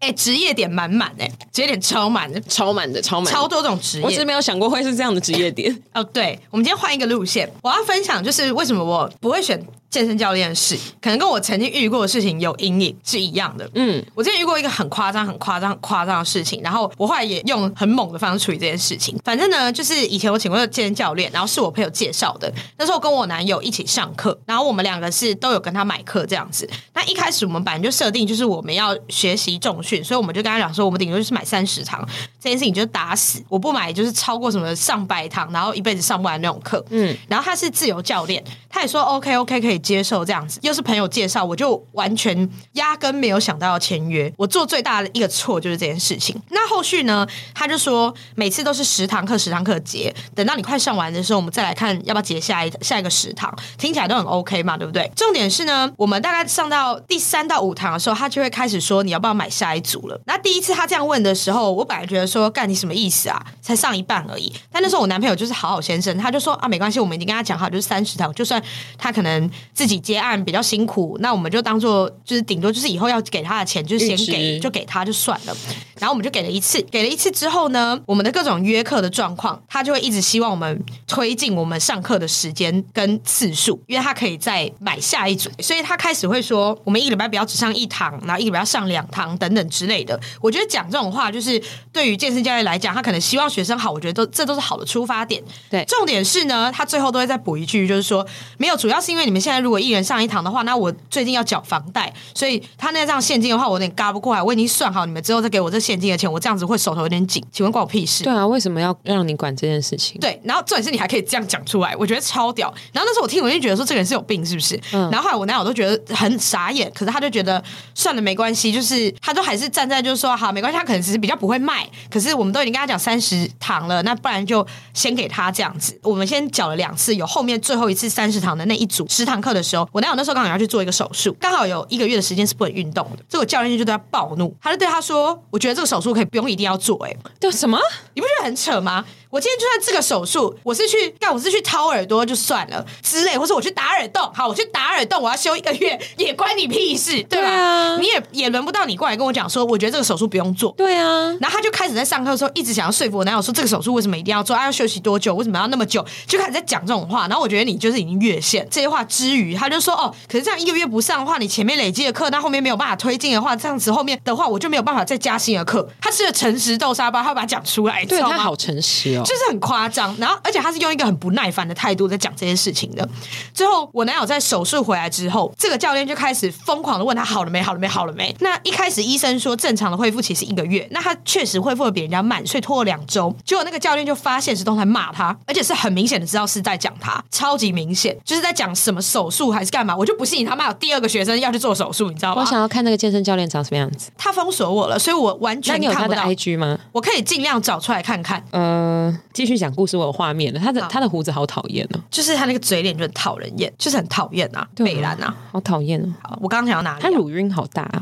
S2: 哎、职业点满满哎，职业点超满的，
S1: 超满的，超满的
S2: 超多种职业。
S1: 我是没有想过会是这样的职业点。
S2: 哦，对，我们今天换一个路线，我要分享就是为什么我不会选健身教练的事，可能跟我曾经遇过的事情有阴影是一样的。嗯，我之前遇过一个很夸张、很夸张、很夸张的事情，然后我后来也用很猛的方式处理这件事情。反正呢，就是以前我请过的健身教练，然后是我朋友介绍的，那时候跟我男友一起上课，然后我们两个是都有跟他买课这样子。那一开始我们本来就设定就是我们要学习重训，所以我们就跟他讲说，我们顶多就是买三十堂，这件事情就打死，我不买就是超过什么上百堂，然后一辈子上不完那种课。嗯，然后他是自由教练，他也说 OK OK 可以接受这样子，又是朋友介绍，我就完全压根没有想到要签约。我做最大的一个错就是这件事情。那后续呢，他就说每次都是十堂课十堂课结，等到你快上完的时候，我们再来看要不要结下一下一个十堂，听起来都很 OK 嘛，对不对？重点是呢，我们大概上到第三到五堂的时候，他就会开始说你要不要买下一组了。那第一次他这样问的时候，我本来觉得说干你什么意思啊，才上一半而已。但那时候我男朋友就是好好先生，他就说啊没关系，我们已经跟他讲好就是三十堂，就算他可能自己接案比较辛苦，那我们就当做就是顶多就是以后要给他的钱就是先
S1: 预
S2: 给
S1: 支
S2: 就给他就算了。然后我们就给了一次，给了一次之后呢，我们的各种约课的状况，他就会一直希望我们推进我们上课的时间跟次数，因为他可以再买下一组，所以他开始会说，我们一个礼拜不要只上一堂，然后一个礼拜要上两堂等等之类的。我觉得讲这种话，就是对于健身教练来讲，他可能希望学生好，我觉得都这都是好的出发点。
S1: 对
S2: 重点是呢，他最后都会再补一句，就是说没有，主要是因为你们现在如果一人上一堂的话，那我最近要缴房贷，所以他那张现金的话，我有点嘎不过来。我已经算好你们之后再给我这现金的钱，我这样子会手头有点紧。请问关我屁事？
S1: 对啊，为什么要让你管这件事情？
S2: 对，然后重点是你还可以这样讲出来，我觉得超屌。然后那时候我听我就觉得说这个人是有病是不是？然后后来我男友都觉得很傻眼，可是他就觉得算了没关系，就是他都还是站在就是说好没关系，他可能只是比较不会卖，可是我们都已经跟他讲三十堂了，那不然就先给他这样子。我们先缴了两次，有后面最后一次三十堂的那一组十堂课的时候，我男友那时候刚好要去做一个手术，刚好有一个月的时间是不能运动的，所以我教练就对他暴怒，他就对他说：“我觉得这个手术可以不用一定要做、欸，
S1: 对，什么？
S2: 你不觉得很扯吗？我今天就算这个手术，我是去干，我是去掏耳朵就算了之类，或是我去打耳洞，好，我去打耳洞，我要休一个月，也关你屁事，对
S1: 对
S2: 吧？
S1: 啊
S2: 你也也轮不到你过来跟我讲说，我觉得这个手术不用做。
S1: 对啊，
S2: 然后他就开始在上课的时候一直想要说服我男友说这个手术为什么一定要做，啊他要休息多久，为什么要那么久，就开始在讲这种话。然后我觉得你就是已经越线这些话之余，他就说哦，可是这样一个月不上的话，你前面累积的课，那后面没有办法推进的话，这样子后面的话我就没有办法再加新的课。他吃了诚实豆沙包，他把它讲出来，
S1: 对
S2: 你知道
S1: 他
S2: 吗
S1: 好诚实哦。
S2: 就是很夸张。然后，而且他是用一个很不耐烦的态度在讲这件事情的。最后，我男友在手术回来之后，这个教练就开始疯狂的问他好了没，好了没，好了没。那一开始医生说正常的恢复期是一个月，那他确实恢复的比人家慢，所以拖了两周。结果那个教练就发现实动态骂他，而且是很明显的知道是在讲他，超级明显，就是在讲什么手术还是干嘛。我就不信你他妈有第二个学生要去做手术，你知道吗
S1: 我？想要看那个健身教练长什么样子。
S2: 他封锁我了，所以我完
S1: 那
S2: 全
S1: 你有
S2: 看
S1: 他
S2: 不
S1: 的
S2: 到。
S1: IG 吗？
S2: 我可以尽量找出来看看，
S1: 呃，继续讲故事，我有画面了。他的
S2: 好
S1: 他的胡子好讨厌哦，
S2: 就是他那个嘴脸就很讨人厌，就是很讨厌啊，
S1: 对啊
S2: 北兰啊。
S1: 好讨厌哦。
S2: 好我刚刚讲到哪里、
S1: 他
S2: 啊？
S1: 乳晕好大哦，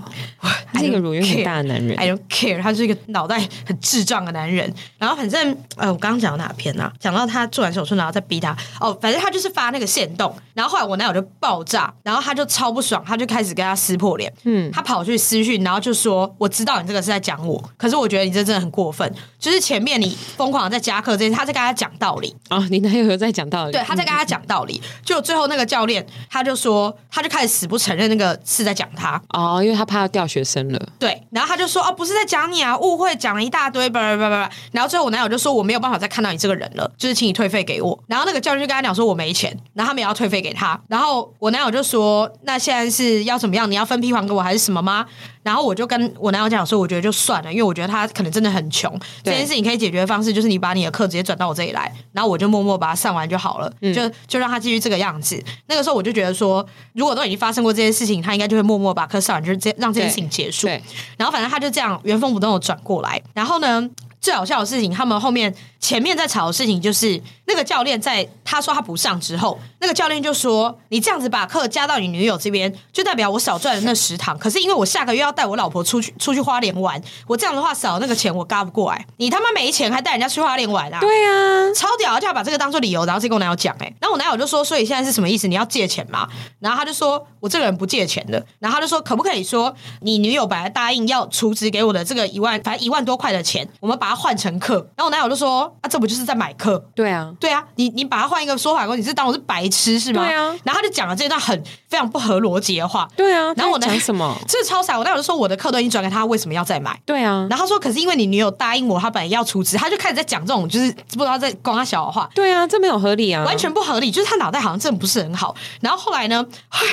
S1: 他是一个乳晕很大的男人。
S2: I don't care，他是一个脑袋很智障的男人。然后反正呃，我刚刚讲到哪篇啊？讲到他做完手术，然后再逼他哦，反正他就是发那个线动。然后后来我男友就爆炸，然后他就超不爽，他就开始跟他撕破脸。嗯，他跑去私讯，然后就说：“我知道你这个是在讲我，可是我觉得你这真的很过分。就是前面你疯狂的在加下课这件事，他在跟他讲道理，
S1: 哦，你男友有在讲道理？嗯
S2: 对，他在跟他讲道理。就最后那个教练，他就说，他就开始死不承认那个是在讲他。
S1: 哦，因为他怕要掉学生了。
S2: 对，然后他就说哦，不是在讲你啊，误会，讲了一大堆，叭叭叭叭叭。然后最后我男友就说我没有办法再看到你这个人了，就是请你退费给我。然后那个教练就跟他讲说我没钱，然后他们也要退费给他。然后我男友就说那现在是要怎么样？你要分批还给我还是什么吗？然后我就跟我男友讲说，我觉得就算了，因为我觉得他可能真的很穷。这
S1: 对
S2: 件事情可以解决的方式就是你把你的课直接转到我这里来，然后我就默默把它上完就好了，
S1: 嗯
S2: 就就让他继续这个样子。那个时候我就觉得说，如果都已经发生过这件事情，他应该就会默默把课上完，就是这让这件事情结束。
S1: 对，
S2: 然后反正他就这样原封不动的转过来。然后呢，最好笑的事情，他们后面前面在吵的事情就是那个教练在他说他不上之后，那个教练就说：“你这样子把课加到你女友这边，就代表我少赚了那十堂。可是因为我下个月要带我老婆出去出去花莲玩，我这样的话少那个钱我嘎不过来。你他妈没钱还带人家去花莲玩啊？”
S1: 对啊，
S2: 超屌，他就要把这个当做理由，然后再跟我男友讲、欸，然后我男友就说，所以现在是什么意思？你要借钱吗？然后他就说，我这个人不借钱的。然后他就说，可不可以说你女友本来答应要储值给我的这个一万，反正一万多块的钱，我们把它换成课。然后我男友就说，啊，这不就是在买课？
S1: 对啊，
S2: 对啊，你你把它换一个说法，你是当我是白痴是吗？
S1: 对啊
S2: 然后他就讲了这段很非常不合逻辑的话。
S1: 对啊。
S2: 然后我
S1: 他
S2: 男
S1: 在讲什 么？
S2: 这超傻，我男友就说我的课都已经转给他，为什么要再买？
S1: 对啊，
S2: 然后他说，可是因为你女友答应我，她本来要出资，他就开始在讲这种就是不知道在光他小的话，
S1: 对啊，这没有合理啊，
S2: 完全不合理，就是他脑袋好像真的不是很好。然后后来呢，后来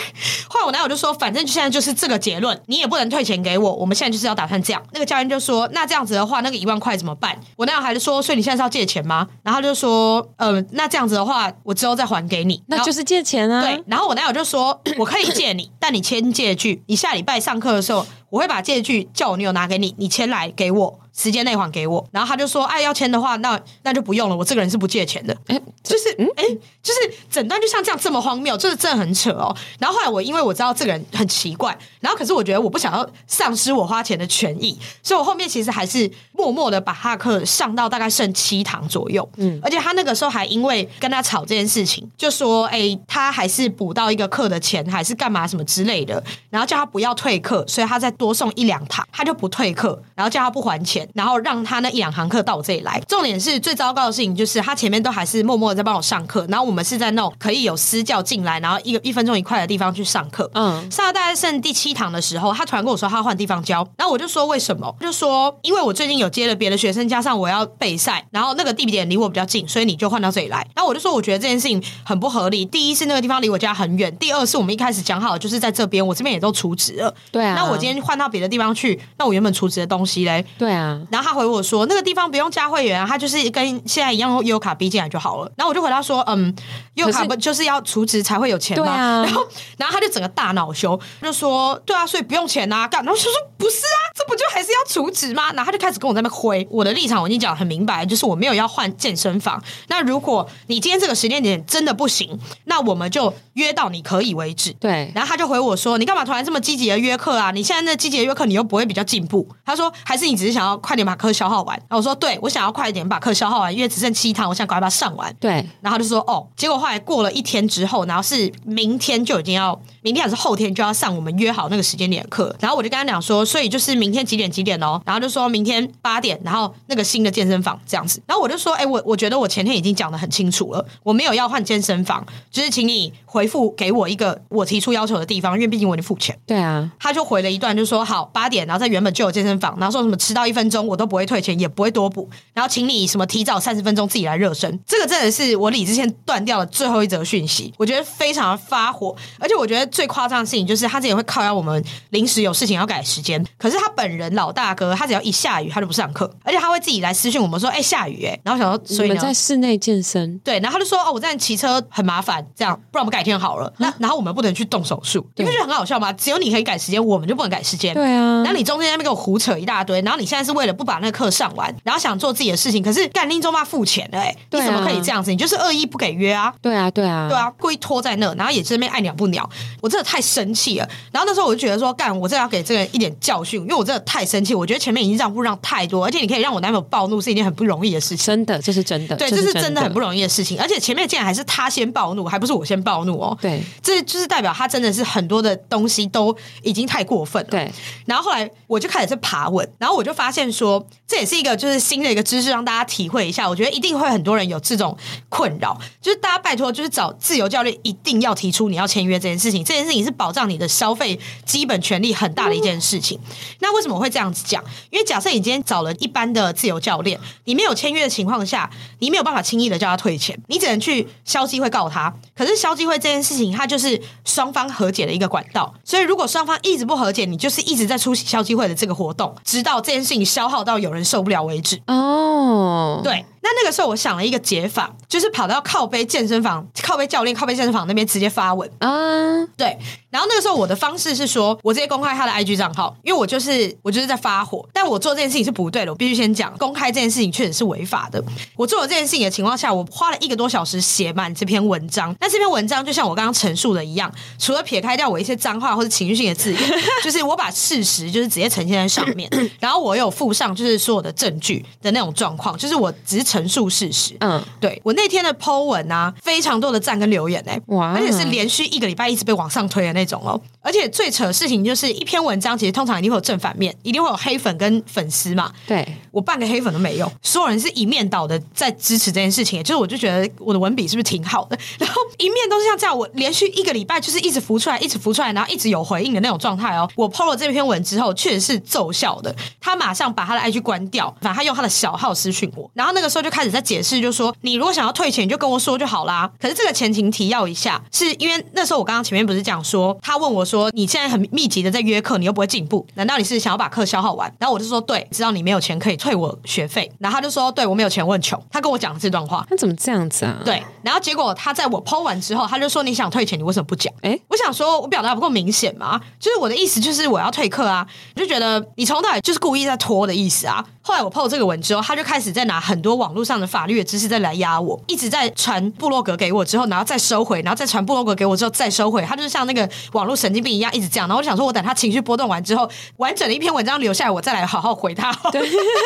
S2: 后来我男友就说，反正现在就是这个结论，你也不能退钱给我，我们现在就是要打算这样。那个教练就说，那这样子的话，那个一万块怎么办？我男友还是说，所以你现在是要借钱吗？然后他就说，呃，那这样子的话，我之后再还给你。。
S1: 那就是是借钱啊。
S2: 对，然后我男友就说：“我可以借你，但你签借据。你下礼拜上课的时候，我会把借据叫我女友拿给你，你签来给我，时间内还给我。”然后他就说：“哎，要签的话，那那就不用了，我这个人是不借钱的。”
S1: 哎，
S2: 就是哎、就是整段就像这样这么荒谬，就是真的很扯哦。然后后来我因为我知道这个人很奇怪，然后可是我觉得我不想要丧失我花钱的权益，所以我后面其实还是默默的把他的课上到大概剩七堂左右。嗯，而且他那个时候还因为跟他吵这件事情，就说哎、他还是补到一个课的钱，还是干嘛什么之类的，然后叫他不要退课，所以他再多送一两堂，他就不退课，然后叫他不还钱，然后让他那一两堂课到我这里来。 重点是最糟糕的事情就是他前面都还是默默的在帮我上课，然后我们是在那种可以有私教进来，然后一个一分钟一块的地方去上课。
S1: 嗯
S2: 上到大概剩第七堂的时候，他突然跟我说他要换地方教，然后我就说为什么？他就说因为我最近有接了别的学生，加上我要备赛，然后那个地点离我比较近，所以你就换到这里来。然后我就说我觉得这件事情很不合理，第一是那个地方离我家很远，第二是我们一开始讲好就是在这边，我这边也都除职了，
S1: 对啊
S2: 那我今天换到别的地方去，那我原本除职的东西嘞，
S1: 对啊，
S2: 然后他回我说，那个地方不用加会员啊，他就是跟现在一样用优卡逼进来就好了。然后我就回他说，嗯，优卡
S1: 可是
S2: 不就是要储值才会有钱吗？
S1: 对啊
S2: 然后然后他就整个大恼羞，就说，对啊，所以不用钱啊，干。然后我就说不是啊，这不就还是要储值吗？然后他就开始跟我在那边挥。我的立场我已经讲得很明白，就是我没有要换健身房。那如果你今天这个时间点真的不行，那我们就约到你可以为止。
S1: 对
S2: 然后他就回我说：“你干嘛突然这么积极的约课啊？你现在那积极的约课，你又不会比较进步。”他说：“还是你只是想要快点把课消耗完。”然后我说：“对，我想要快一点把课消耗完，因为只剩七堂，我想赶快把它上完。”
S1: 对，
S2: 然后他就说：“哦。”结果后来过了一天之后，然后是明天就已经要，明天还是后天就要上我们约好那个时间点的课。然后我就跟他讲说：“所以就是明天几点几点哦？”然后就说明天八点，然后那个新的健身房这样子。然后我就说：“哎、我我觉得我前天已经讲的很清楚了，我没有要换健身房，就是请你回复给我一个我提出要求的地方，因为毕竟我已经付钱。”
S1: 对啊，
S2: 他就回了一段，就说好八点，然后在原本就有健身房，然后说什么迟到一分钟我都不会退钱，也不会多补，然后请你什么提早三十分钟自己来热身。这个真的是我理智线断掉了最后一则讯息，我觉得非常的发火，而且我觉得最夸张的事情就是他之前会靠邀我们临时有事情要改时间，可是他本人老大哥，他只要一下雨他就不上课，而且他会自己来私讯我们说，哎、下雨哎、然后想说所
S1: 你
S2: 以
S1: 们
S2: 呢
S1: 在。室内健身，
S2: 对，然后他就说哦，我这样骑车很麻烦，这样，不然我们改天好了。
S1: 嗯
S2: 那然后我们不能去动手术，你不觉得很好笑吗？只有你可以改时间，我们就不能改时间。
S1: 对啊
S2: 然后你中间在那边给我胡扯一大堆，然后你现在是为了不把那个课上完，然后想做自己的事情，可是干拎周妈付钱了、欸，
S1: 对
S2: 你
S1: 啊
S2: 怎么可以这样子？你就是恶意不给约啊。
S1: 对啊，对啊，
S2: 对啊，故意拖在那，然后也是那边爱鸟不鸟，我真的太生气了。然后那时候我就觉得说，干，我真的要给这个人一点教训，因为我真的太生气。我觉得前面已经让步让太多，而且你可以让我男朋友暴怒是一件很不容易的事情。
S1: 真的，这是真的，
S2: 对，这是真的很不
S1: 容
S2: 容易的事情，而且前面竟然还是他先暴怒，还不是我先暴怒哦。
S1: 对
S2: 这就是代表他真的是很多的东西都已经太过分了。
S1: 对，
S2: 然后后来我就开始在爬文，然后我就发现现说，这也是一个就是新的一个知识，让大家体会一下。我觉得一定会很多人有这种困扰，就是大家拜托，就是找自由教练一定要提出你要签约这件事情，这件事情是保障你的消费基本权利很大的一件事情。那为什么我会这样子讲？因为假设你今天找了一般的自由教练，你没有签约的情况下，你没有办法轻易的叫他退钱，你只能去消基会告他。可是消基会这件事情，它就是双方和解的一个管道。所以如果双方一直不和解，你就是一直在出席消基会的这个活动，直到这件事情消耗到有人受不了为止。
S1: 哦，
S2: 对，那那个时候我想了一个解法，就是跑到靠背健身房、靠背教练、靠背健身房那边直接发文。
S1: 啊，
S2: 对，然后那个时候我的方式是说，我直接公开他的 IG 账号，因为我就是我就是在发火，但我做这件事情是不对的，我必须先讲，公开这件事情确实是违法的。我做了这件事情的情况下，我花了一个多小时写满这篇文章。那这篇文章就像我刚刚陈述的一样，除了撇开掉我一些脏话或者情绪性的字眼，就是我把事实就是直接呈现在上面，然后我有附上就是所有的证据的那种状况，就是我只是陈述事实。
S1: 嗯，
S2: 对我那天的 Po 文啊，非常多的赞跟留言哎、
S1: 哇
S2: 而且是连续一个礼拜一直被往上推的那种哦。而且最扯的事情就是，一篇文章其实通常一定会有正反面，一定会有黑粉跟粉丝嘛。
S1: 对，
S2: 我半个黑粉都没有，所有人是一面倒的在支持这件事情，就是我就觉得我的文笔是不是挺好的？ 然后一面都是像这样，我连续一个礼拜就是一直浮出来，一直浮出来，然后一直有回应的那种状态哦。我 PO 了这篇文之后，确实是奏效的，他马上把他的 IG 关掉，反正他用他的小号私讯我，然后那个时候就开始在解释，就说你如果想要退钱，你就跟我说就好啦。可是这个前情提要一下，是因为那时候我刚刚前面不是讲说，他问我说你现在很密集的在约课，你又不会进步，难道你是想要把课消耗完？然后我就说对，知道你没有钱可以退我学费，然后他就说对我没有钱，我很穷。他跟我讲这段话，
S1: 那怎么这样子啊？，
S2: 对，然后结果他在我剖完之后，他就说你想退钱，你为什么不讲？
S1: 诶
S2: 我想说我表达不够明显嘛，就是我的意思就是我要退课啊，我就觉得你从头到尾就是故意在拖的意思啊。后来我剖这个文之后，他就开始在拿很多网络上的法律的知识再来压我，一直在传部落格给我之后，然后再收回，然后再传部落格给我之后再收回，他就是像那个网络神经病一样一直这样。然后我就想说，我等他情绪波动完之后，完整的一篇文章留下来，我再来好好回他好了。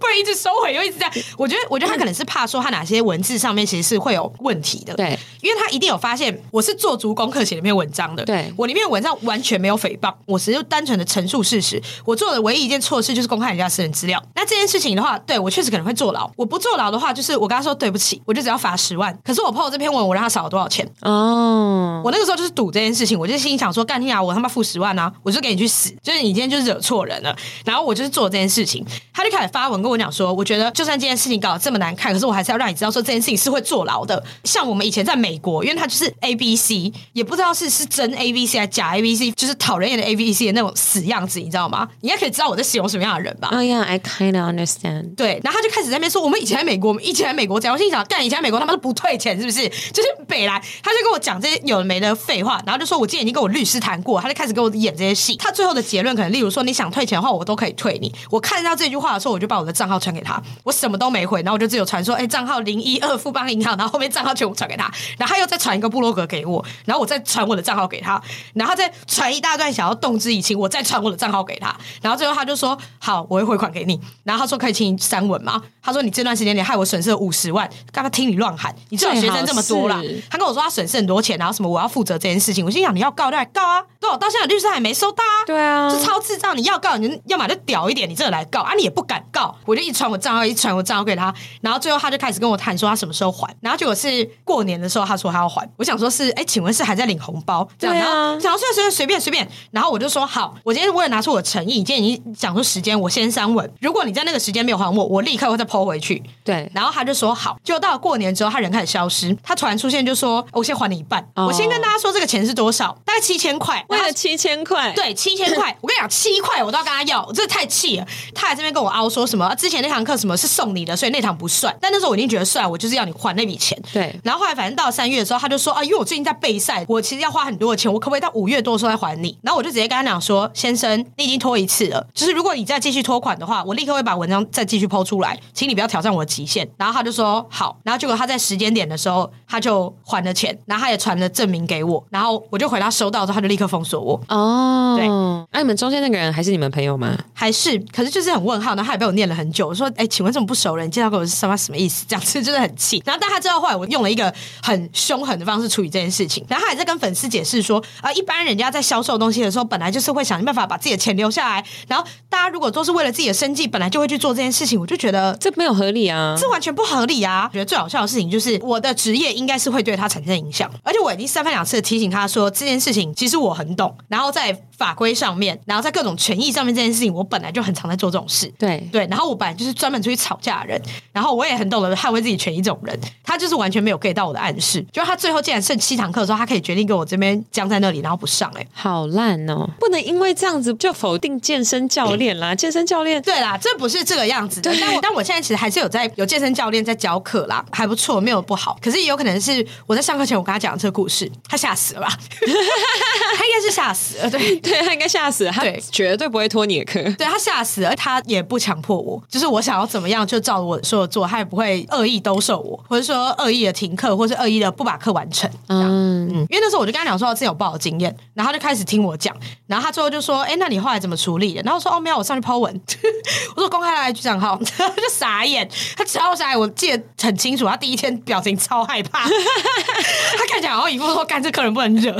S2: 不然一直收回又一直在。我觉得，我觉得他可能是怕说他哪些文字上面其实是会有问题的。
S1: 对，
S2: 因为他一定有发现我是做足功课写那篇文章的。
S1: 对
S2: 我里面的文章完全没有诽谤，我只是单纯的陈述事实。我做的唯一一件错事就是公开人家私人资料。那这件事情的话，对我确实可能会坐牢。我不坐牢的话，就是我跟他说对不起，我就只要罚十万。可是我 PO 这篇文，我让他少了多少钱？
S1: 哦，
S2: 我那个时候就是赌这件事情，我就心里想说，干你啊，我他妈付十万啊，我就给你去死，就是你今天就是惹错人了。然后我就是做这件事情，他就开始发文跟我讲说，我觉得就算这件事情搞得这么难看，可是我还是要让你知道说这件事情是会坐牢的。像我们以前在美国，因为他就是 A B C，也不知道是是真 A B C 还是假 A B C，就是讨人厌的 A B C 的那种死样子，你知道吗？你应该可以知道我在形容什么样的人吧？
S1: 哦呀，I kind of understand。
S2: 对，然后他就开始在那边说，我们以前在美国，我们以前在美国讲，我心里想，干以前在美国他妈都不退钱，是不是？就是北来，他就跟我讲这些有的没的废话，然后就说我今天已经跟我律师谈过，他就开始给我演这些戏。他最后的结论可能，例如说你想退钱的话，我都可以退你。我看到这句话的时候，我就把我的账号传给他，我什么都没回，然后我就只有传说，哎，账号零一二富邦银行，然后后面账号全部传给他，然后他又再传一个部落格给我，然后我再传我的账号给他，然后他再传一大段想要动之以情，我再传我的账号给他，然后最后他就说好，我会汇款给你，然后他说可以请你删文吗？他说你这段时间你害我损失了五十万，干嘛听你乱喊？你这种学生这么多啦
S1: 最好是，
S2: 他跟我说他损失很多钱，然后什么我要负责这件事情，我心想你要告就来告啊，对我到现在律师还没收到啊，
S1: 对啊
S2: 这超智障！你要告你就要么就屌一点，你这来告啊，你也不敢告，我就一传我账号，一传我账号给他，然后最后他就开始跟我谈说他什么时候还，然后结果是过年的时候他说他要还，我想说是哎，请问是还在领红包这样，
S1: 对啊
S2: 然后想要随便随便随便，然后我就说好，我今天为了拿出我的诚意，你今天已经讲出时间，我先删文，如果你在那个时间没有还我，我立刻会再抛回去，
S1: 对，
S2: 然后他就说好，结果到了过年之后，他人开始消失，他突然出现就说：“我先还你一半，
S1: 哦
S2: 我先跟大家说这个钱是多少，大概七千块。”
S1: 为了七千块，，
S2: 对，七千块，我跟你讲，七块我都要跟他要，我真的太气了。他还这边跟我凹说什么啊之前那堂课什么是送你的，所以那堂不算。但那时候我已经觉得算，我就是要你还那笔钱。
S1: 对
S2: 然后后来反正到了三月的时候，他就说啊，因为我最近在备赛，我其实要花很多的钱，我可不可以到五月多的时候再还你？然后我就直接跟他讲说，先生，你已经拖一次了，就是如果你再继续拖款的话，我立刻会把文章再继续抛出来，请你不要挑战战我的极限。然后他就说好，然后结果他在时间点的时候他就还了钱，然后他也传了证明给我，然后我就回他收到之后他就立刻封锁我，
S1: 哦，
S2: 对
S1: 那、你们中间那个人还是你们朋友吗？
S2: 还是可是就是很问号，然后他也被我念了很久，我说哎、请问这么不熟人，你介绍给我是什么什么意思？这样子 就是很气。然后但他知道后来我用了一个很凶狠的方式处理这件事情，然后他还在跟粉丝解释说啊、一般人家在销售东西的时候，本来就是会想尽办法把自己的钱留下来，然后大家如果都是为了自己的生计，本来就会去做这件事情，我就觉得
S1: 这没有合理啊，
S2: 这完全不合理啊！觉得最好笑的事情就是我的职业应该是会对他产生影响，而且我已经三番两次地提醒他说这件事情其实我很懂，然后在法规上面，然后在各种权益上面这件事情，我本来就很常在做这种事。
S1: 对
S2: 对，然后我本来就是专门出去吵架的人，然后我也很懂得捍卫自己权益这种人，他就是完全没有 get 到我的暗示，就是他最后竟然剩七堂课的时候，他可以决定跟我这边僵在那里，然后不上、欸，哎，
S1: 好烂哦！不能因为这样子就否定健身教练 啦，健身教练
S2: 对啦，这不是这个样子的。但我但我现在其实还是有在有健身教练在教课啦，还不错，没有不好。可是也有可能是我在上课前我跟他讲这个故事，他吓死了吧？他应该是吓死了，对。
S1: 对他应该吓死了，他
S2: 对
S1: 绝对不会拖你的课。
S2: 对他吓死了，而他也不强迫我，就是我想要怎么样就照我说的做，他也不会恶意兜售我，或者说恶意的停课，或是恶意的不把课完成。
S1: 嗯，
S2: 嗯，因为那时候我就跟他讲说自己有不好的经验，然后他就开始听我讲，然后他最后就说：“哎、那你后来怎么处理的？”然后我说：“哦，没有，我上去 po 文， 我说公开了 IG 账号， 他就傻眼，他超傻眼，我记得很清楚，他第一天表情超害怕， 他看起来好像一副说干这客人不能惹。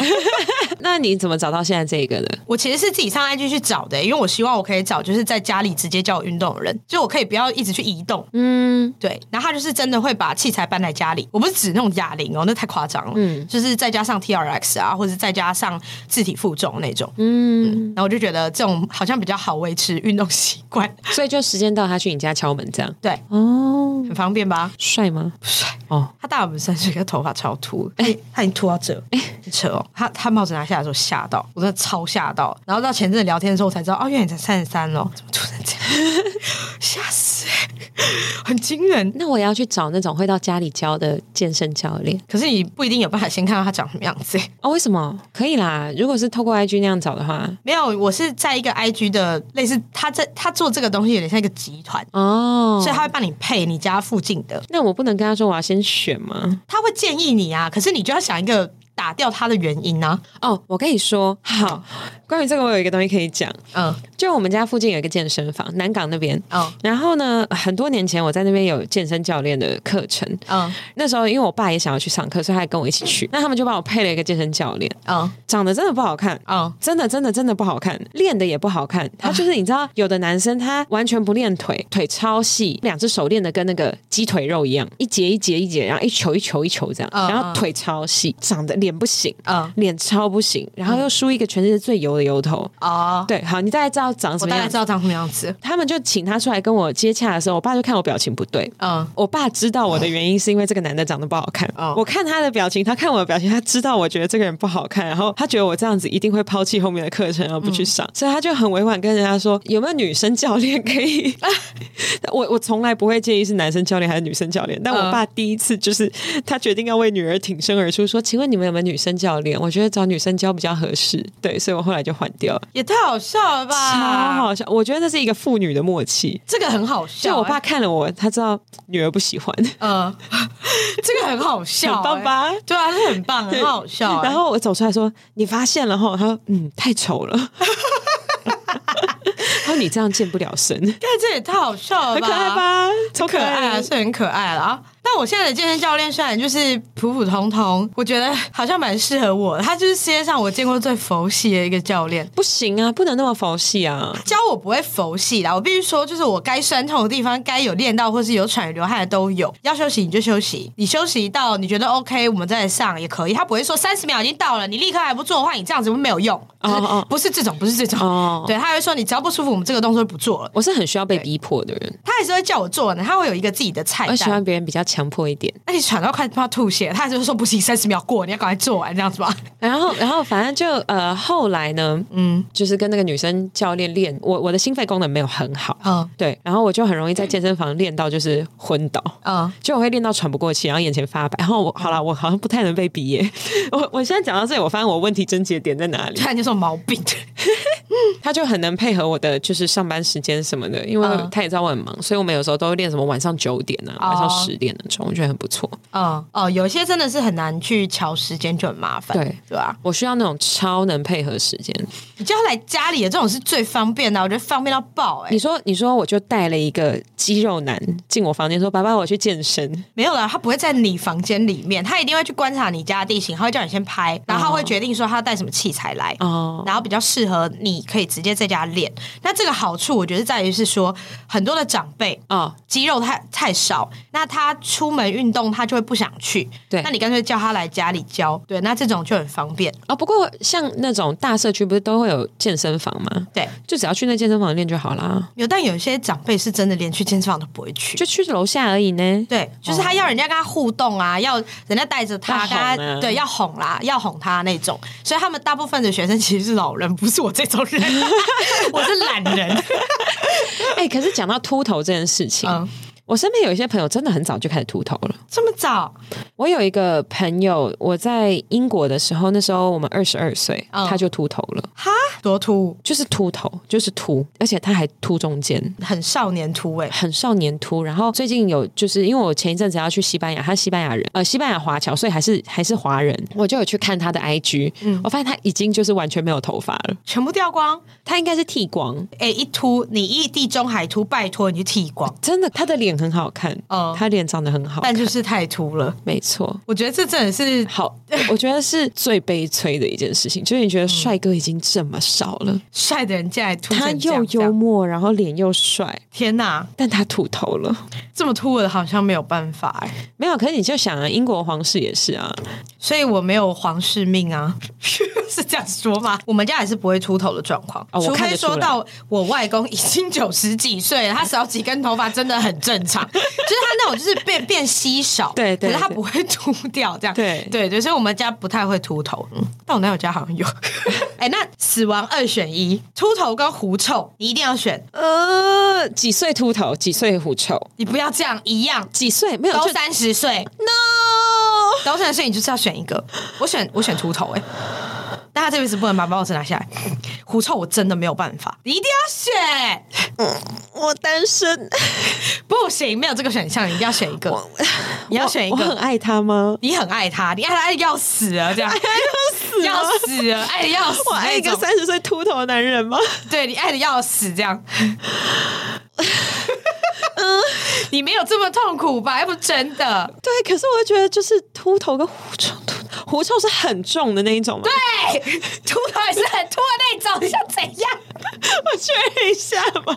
S1: 那你怎么找到现在这个的？
S2: 我其实是自己上 IG 去找的、因为我希望我可以找就是在家里直接教我运动的人，就我可以不要一直去移动，
S1: 嗯，
S2: 对，然后他就是真的会把器材搬来家里，我不是指那种哑铃哦，那太夸张了，嗯，就是再加上 T R X 啊，或者再加上自体负重那种，嗯，然后我就觉得这种好像比较好维持运动习惯，
S1: 所以就时间到，他去你家敲门这样。
S2: 对，
S1: 哦，
S2: 很方便吧？
S1: 帅吗？
S2: 帅
S1: 哦，
S2: 他大我们三岁，他头发超秃，哎、他已经秃到这，哎、扯哦，他他帽子拿下来的时候吓到，我真的超吓到，然后到前阵子聊天的时候，我才知道，哦，原来你才三十三哦，怎么秃成这样，吓死、欸很惊人。
S1: 那我也要去找那种会到家里教的健身教练
S2: 可是你不一定有办法先看到他长什么样子、
S1: 哦。为什么？可以啦，如果是透过 IG 那样找的话，
S2: 没有，我是在一个 IG 的类似他在他做这个东西有点像一个集团。
S1: 哦，
S2: 所以他会帮你配你家附近的，
S1: 那我不能跟他说我要先选吗？
S2: 他会建议你啊，可是你就要想一个打掉他的原因啊。
S1: 哦，我跟你说，好，关于这个我有一个东西可以讲，
S2: 嗯
S1: 就我们家附近有一个健身房，南港那边。
S2: 嗯
S1: 然后呢，很多年前我在那边有健身教练的课程，
S2: 嗯
S1: 那时候因为我爸也想要去上课，所以他也跟我一起去。那他们就帮我配了一个健身教练，
S2: 嗯
S1: 长得真的不好看。
S2: 嗯
S1: 真的，真的，真的不好看，练的也不好看。他就是你知道，有的男生他完全不练腿，腿超细，两只手练的跟那个鸡腿肉一样，一节一节一节，然后一球一球一球这样，
S2: 嗯
S1: 然后腿超细，长得脸不行，
S2: 嗯
S1: 脸超不行，然后又梳一个全世界最油的油头。
S2: 哦，
S1: 对，好，你大概知道长什
S2: 我
S1: 么
S2: 大
S1: 样
S2: 概
S1: 子
S2: 知。道长什么样子。
S1: 他们就请他出来跟我接洽的时候，我爸就看我表情不对。
S2: 嗯
S1: 我爸知道我的原因是因为这个男的长得不好看。
S2: 哦
S1: 我看他的表情，他看我的表情，他知道我觉得这个人不好看，然后他觉得我这样子一定会抛弃后面的课程，然后不去
S2: 嗯
S1: 上，所以他就很委婉跟人家说，有没有女生教练可以？ 我我从来不会介意是男生教练还是女生教练，但我
S2: 嗯
S1: 爸第一次就是他决定要为女儿挺身而出，说，请问你们有没有女生教练？我觉得找女生教比较合适。对，所以我后来就换掉了。
S2: 也太好笑了
S1: 超
S2: 吧！
S1: 好笑，我觉得那是一个父女的默契。
S2: 这个很好
S1: 就
S2: 笑、哎
S1: 我爸，看了我，他知道女儿不喜欢，
S2: 嗯， 这个很好笑、
S1: 很棒吧
S2: 欸对啊，这很棒，很好笑、欸
S1: 然后我走出来说：“你发现了哈？”他说：“嗯，太丑了。” 他说：“你这样健不了身，
S2: 看这也太好笑了
S1: 很
S2: 吧！
S1: 可爱吧？超可
S2: 可爱
S1: 爱
S2: 啊，。是很可爱了啊。但我现在的健身教练虽然就是普普通通，我觉得好像蛮适合我的。他就是世界上我见过最佛系的一个教练，
S1: 不行啊，不能那么佛系啊！
S2: 教我不会佛系啦。我必须说，就是我该酸痛的地方，该有练到或是有喘流汗的都有。要休息你就休息，你休息到你觉得 OK，我们再上也可以。他不会说三十秒已经到了，你立刻还不做的话，你这样子会没有用。
S1: 哦
S2: 就是
S1: 哦
S2: 不是这种，不是这种。
S1: 哦
S2: 对，他会说你只要不舒服，我们这个动作就不做了。
S1: 我是很需要被逼迫的人，
S2: 他还是会叫我做呢，他会有一个自己的菜
S1: 我
S2: 单。
S1: 喜欢别人比较强迫一点。
S2: 那你喘到快他妈吐血，他还是说不行，三十秒过，你要赶快做完这样子吧。
S1: 然后，然后反正就呃，后来呢，嗯，就是跟那个女生教练练，我我的心肺功能没有很好，
S2: 嗯
S1: 对，然后我就很容易在健身房练到就是昏倒，
S2: 嗯，
S1: 就我会练到喘不过气，然后眼前发白。然后我好了，我好像不太能 被逼耶。我我现在讲到这里，我发现我问题症结点在哪里
S2: 突。然就说毛病，
S1: 他就很能配合我的就是上班时间什么的，因为
S2: 嗯
S1: 他也知道我很忙，所以我们有时候都会练什么晚上九点啊、晚上十点那种，我觉得很不错。
S2: 哦哦，有些真的是很难去瞧时间，就很麻烦，
S1: 对
S2: 对吧？
S1: 我需要那种超能配合时间。
S2: 你叫他来家里的这种是最方便的，我觉得方便到爆哎、
S1: 你说，你说，我就带了一个肌肉男进我房间说：“爸爸，我去健身。
S2: 没有啦，他不会在你房间里面，他一定会去观察你家的地形，他会叫你先拍，然后他会决定说他要带什么器材来。”
S1: 哦，
S2: 然后比较适合你可以直接在家练，那这个好处我觉得在于是说，很多的长辈
S1: 哦，
S2: 肌肉太太少，那他出门运动他就会不想去，
S1: 对
S2: 那你干脆叫他来家里教，对，那这种就很方便，
S1: 哦，不过像那种大社区不是都会有健身房吗？
S2: 对，
S1: 就只要去那健身房练就好啦，
S2: 有，但有些长辈是真的连去健身房都不会去。
S1: 就去楼下而已呢。
S2: 对，就是他要人家跟他互动啊，要人家带着他，
S1: 哦要
S2: 跟
S1: 哄啊
S2: 他对要哄啦，要哄他那种。所以他们大部分的学生其实是老人，不是我这种 人，我是懒人。
S1: 哎、可是讲到秃头这件事情，
S2: 嗯，
S1: 我身边有一些朋友真的很早就开始秃头了。
S2: 这么早，
S1: 我有一个朋友，我在英国的时候，那时候我们二十二岁，
S2: 嗯
S1: 他就秃头了，
S2: 哈，多秃，
S1: 就是秃头，就是秃，而且他还秃中间。
S2: 很少年秃哎、
S1: 很少年秃，然后最近有就是因为我前一阵子要去西班牙，他是西班牙人，呃，西班牙华侨，所以还是还是华人，我就有去看他的 IG，、我
S2: 嗯
S1: 发现他已经就是完全没有头发了，
S2: 全部掉光。
S1: 他应该是剃光，
S2: 哎、一秃，你一地中海秃，拜托你去剃光，
S1: 真的，他的脸很好看，
S2: 哦
S1: 他脸长得很好看
S2: 但就是太秃了。
S1: 没错。
S2: 我觉得这真的是
S1: 好，我觉得是最悲催的一件事情，就是你觉得帅哥已经这么少了，
S2: 帅的人竟然秃成
S1: 他
S2: 这
S1: 又
S2: 样这
S1: 幽
S2: 样
S1: 默，然后脸又帅，
S2: 天哪，
S1: 但他秃头了。
S2: 这么秃我好像没有办法哎、
S1: 没有，可是你就想啊，英国皇室也是啊，
S2: 所以我没有皇室命啊， 是这样说吗？我们家也是不会秃头的状况，
S1: 哦我
S2: 除
S1: 看
S2: 非
S1: 得出来
S2: 说到我外公已经九十几岁了，他少几根头发真的很正 常，就是他那种就是变变稀少，
S1: 对对
S2: 可是他
S1: 对
S2: 不会秃掉这样，
S1: 对
S2: 对对，所以我们家不太会秃头，嗯，但我男友家好 像有，哎、那死亡二选一，秃头跟狐臭，你一定要选，
S1: 呃，几岁秃头，几岁狐臭，
S2: 你不要这样一样，
S1: 几岁没有
S2: 都
S1: 就
S2: 三十岁，
S1: no，
S2: 高三的摄影就是要选一个，我选我选秃头哎、但他这辈子不能把帽子拿下来，狐臭我真的没有办法，你一定要选，
S1: 我单 身，
S2: 不行，没有这个选项，你一定要选一个，你要选一
S1: 我很
S2: 个，
S1: 爱他吗？
S2: 你很爱他，你爱他爱得要死了，这样
S1: 要死
S2: 要死了，爱的要死，
S1: 我爱一
S2: 那
S1: 个
S2: 种
S1: 三十岁秃头的男人吗？
S2: 对你爱的要死 这样。你没有这么痛苦吧？要不真 的，
S1: 对，可是我觉得就是秃头跟狐臭，秃狐臭是很重的那一种嘛。对，
S2: 哎，秃头也是很秃的那种，你想怎样？
S1: 我确认一下吧。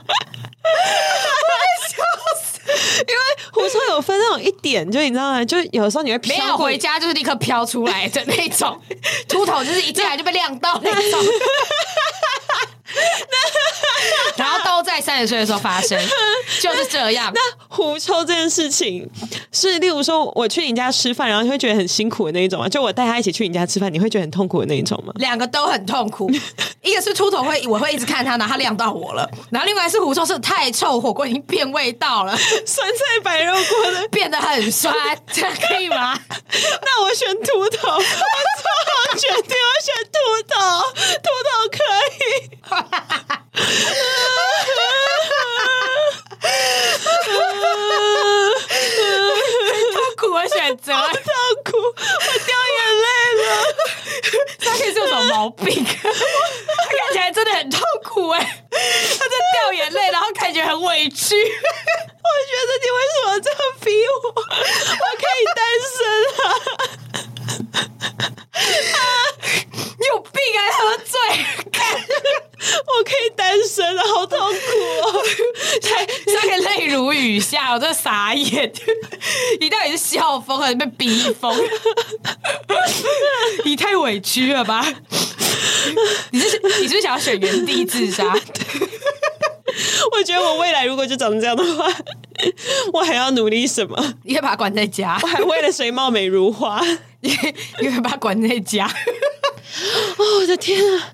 S1: 因为狐臭有分那种一点，就你知道吗？就有时候你会
S2: 没
S1: 飘
S2: 有
S1: 过
S2: 回，家就是立刻飘出来的那种， 秃头就是一进来就被亮到那种。 然后都在三十岁的时候发生，就是这样。
S1: 那狐臭这件事情是，例如说我去你家吃饭，然后你会觉得很辛苦的那一种吗？就我带他一起去你家吃饭，你会觉得很痛苦的那一种吗？
S2: 两个都很痛苦，一个是秃头会我会一直看他，然后他亮到我了；然后另外是狐臭是太臭，火锅已经变味道了，
S1: 酸菜白肉锅的，
S2: 变得很酸，这样可以吗？
S1: 那我选秃头，我做好决定，我选秃头，秃头可以。
S2: 痛 苦的选 择，
S1: 好痛苦，我掉眼泪了。
S2: 他可以是有什么毛病？他看起来真的很痛苦哎、他在掉眼泪，然后感觉很委屈。
S1: 我觉得你为什么这样逼我？ 我可以单身啊！
S2: 你有病啊！喝醉，
S1: 我可以单身啊！好痛苦哦！
S2: 才三个泪如雨下，我真的傻眼。你到底是笑疯还是被逼疯？你太委屈了吧？你是你是不是想要选原地自杀？
S1: 我觉得我未来如果就长成这样的话， 我还要努力什 么？
S2: 你可以把他关在家
S1: 我，还为了谁貌美如花？
S2: 你可以你可以把他关在家。
S1: 哦，我的天啊！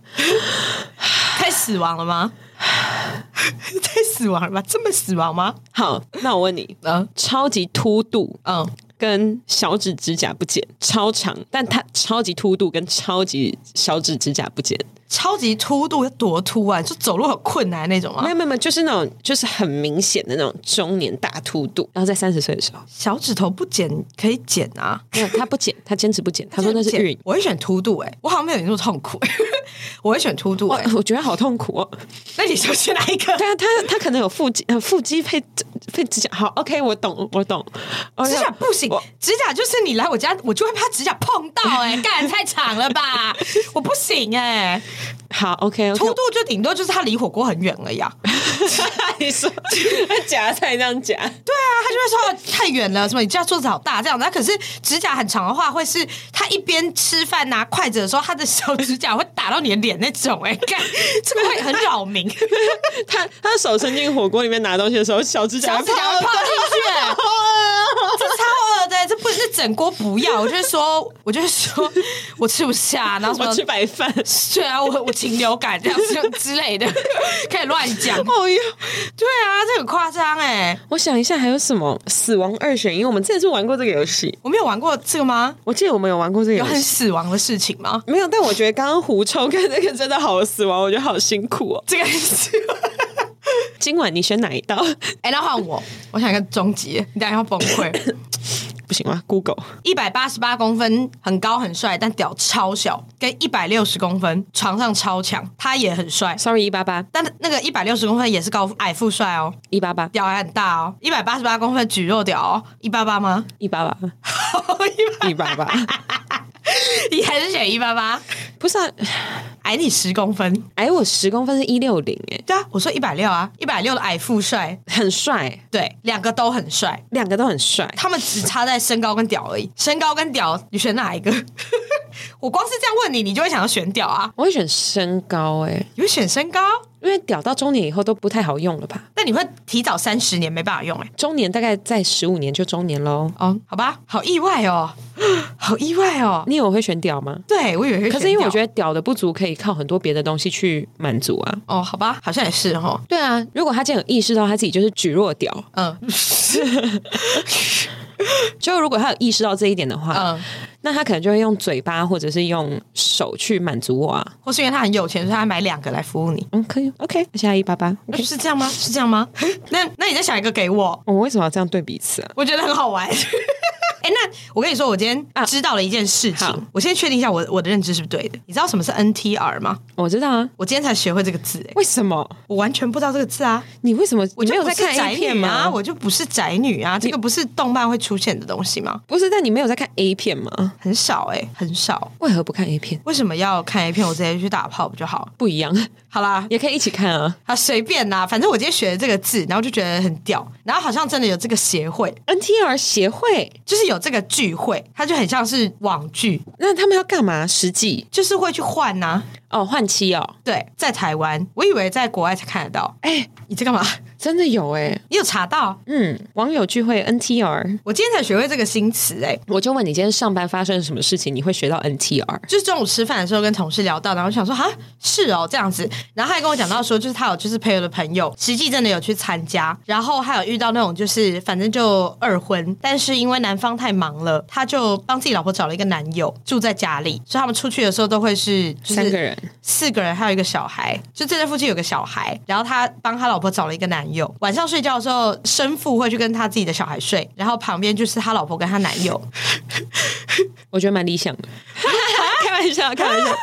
S2: 太死亡了吗？ 太死亡了吧？这么死亡吗？
S1: 好，那我问你，
S2: 嗯
S1: 超级凸度
S2: 嗯，
S1: 跟小指指甲不剪，超长，但它超级凸度跟超级小指指甲不剪，
S2: 超级凸度，要多凸啊？就走路很困难那种啊吗
S1: 没？有没有，没有就是那种就是很明显的那种中年大凸度，然后在三十岁的时候，
S2: 小指头不剪可以剪啊。
S1: 没有他不剪，他坚持不剪，他说那是运。
S2: 我会选凸度哎、我好像没有你那么痛苦、 我会选凸度
S1: 哇
S2: 哎、，
S1: 我觉得好痛苦哦。
S2: 那你说选哪一 个？
S1: 对啊，他他可能有腹肌，呃腹肌配配指甲。好，OK，我懂，我懂。哦
S2: 指甲不行
S1: 我，
S2: 指甲就是你来我家，我就会怕指甲碰到哎、 干太长了吧，我不行哎、
S1: 好，OK，, o k
S2: 凸度就顶多就是它离火锅很远而已啊。
S1: 你说他夹菜这样夹，
S2: 对啊，他就会说太远了，什么你家桌子好大这样子。他可是指甲很长的话，会是他一边吃饭拿筷子的时候，他的小指甲会打到你的脸那种、哎，看这个会很 扰民，
S1: 啊他他的手伸进火锅里面拿东西的时候，小指甲
S2: 小指甲会泡进去、哎这超恶的、这不是整锅不要。我就是说，我就是说我吃不下，然后什
S1: 我
S2: 么
S1: 吃白饭。
S2: 对啊，我我禽流感这样子之类的， 开始乱 讲。
S1: 哦哟，
S2: 对啊，这很夸张哎，
S1: 我想一下还有什么死亡二选一，我们之前是玩过这个游戏，
S2: 我没有玩过这个吗？
S1: 我记得我们有玩过这个游
S2: 有很
S1: 戏。
S2: 死亡的事情吗？
S1: 没有，但我觉得刚刚狐臭跟那个真的好死亡，我觉得好辛苦哦。
S2: 这个是。
S1: 今晚你选哪一道？
S2: 哎、那换我，我想一个终极，你等一下要崩 溃。
S1: 不行吗？Google
S2: 一百八十八公分，很高很帅，但屌超小，跟一百六十公分床上超强，他也很帅。
S1: ，Sorry 一八八
S2: 但那个一百六十公分也是高矮富帅哦，
S1: 一八八
S2: 屌还很大哦，一百八十八公分举肉屌哦，一八八吗？
S1: 一八八
S2: 一
S1: 一八八，
S2: 你还是选一八八，
S1: 不是啊，
S2: 矮你十公分。
S1: 矮我十公分是一六零，哎，
S2: 对啊，我说一百六啊，一百六的矮富帅，
S1: 很帅，
S2: 对，两个都很帅，
S1: 两个都很帅。
S2: 他们只差在身高跟屌而已。身高跟屌，你选哪一个？ 我光是这样问你，你就会想要选屌啊？
S1: 我会选身高、欸，
S2: 你会选身高，
S1: 因为屌到中年以后都不太好用了吧？
S2: 但你会提早三十年没办法用哎、
S1: 中年大概在十五年就中年喽。
S2: 哦，好吧，好意外哦， 好意外哦。
S1: 你以为我会选屌吗？
S2: 对，我以为会选
S1: 可是因为我觉
S2: 得，
S1: 得屌的不足可以靠很多别的东西去满足啊。
S2: 哦，好吧，好像也是哦。
S1: 对啊，如果他今天有意识到他自己就是举弱屌，
S2: 嗯
S1: 就如果他有意识到这一点的话，
S2: 嗯，
S1: 那他可能就会用嘴巴或者是用手去满足我啊。
S2: 或是因为他很有钱，所以他买两个来服务你，
S1: 嗯，可以，OK，下一八八
S2: 那
S1: ，OK。
S2: 是这样吗？是这样吗？ 那那你再想一个给我，
S1: 我哦为什么要这样对彼此啊？
S2: 我觉得很好 玩。哎、那我跟你说，我今天
S1: 啊
S2: 知道了一件事情，
S1: 好
S2: 我先确定一下我我的认知是不是对的。你知道什么是 NTR 吗？
S1: 我知道啊，
S2: 我今天才学会这个字、哎，
S1: 为什么？
S2: 我完全不知道这个字啊！
S1: 你为什么？
S2: 我
S1: 你
S2: 就
S1: 没有
S2: 不
S1: 在
S2: 是
S1: 看
S2: 宅
S1: A
S2: 女
S1: 片吗？
S2: 啊，我就不是宅女啊，这个不是动漫会出现的东西吗？
S1: 不是，但你没有在看 A 片吗？
S2: 很少哎、很少。
S1: 为何不看 A 片？
S2: 为什么要看 A 片？我直接去打炮不就好了？
S1: 不一样，
S2: 好啦，
S1: 也可以一起看啊。
S2: 啊随便啦，反正我今天学了这个字，然后就觉得很屌，然后好像真的有这个协会，
S1: NTR 协会，
S2: 就是有这个聚会，它就很像是网剧，
S1: 那他们要干嘛？实际
S2: 就是会去换呐、啊
S1: 哦，换妻哦，
S2: 对，在台湾，我以为在国外才看得到。
S1: 哎、
S2: 你在干嘛？
S1: 真的有哎、
S2: 你有查到？
S1: 嗯，网友聚会 NTR，
S2: 我今天才学会这个新词哎、
S1: 我就问你今天上班发生什么事情，你会学到 NTR？
S2: 就是中午吃饭的时候跟同事聊到，然后我想说哈是哦这样子，然后他还跟我讲到说，就是他有就是朋友的朋友，实际真的有去参加，然后还有遇到那种就是反正就二婚，但是因为男方太忙了，他就帮自己老婆找了一个男友住在家里，所以他们出去的时候都会是、就是、
S1: 三个人，
S2: 四个人，还有一个小孩，就这对夫妻有个小孩，然后他帮他老婆找了一个男友。晚上睡觉的时候，生父会去跟他自己的小孩睡，然后旁边就是他老婆跟他男友。
S1: 我觉得蛮理想的。 开玩笑，开玩笑。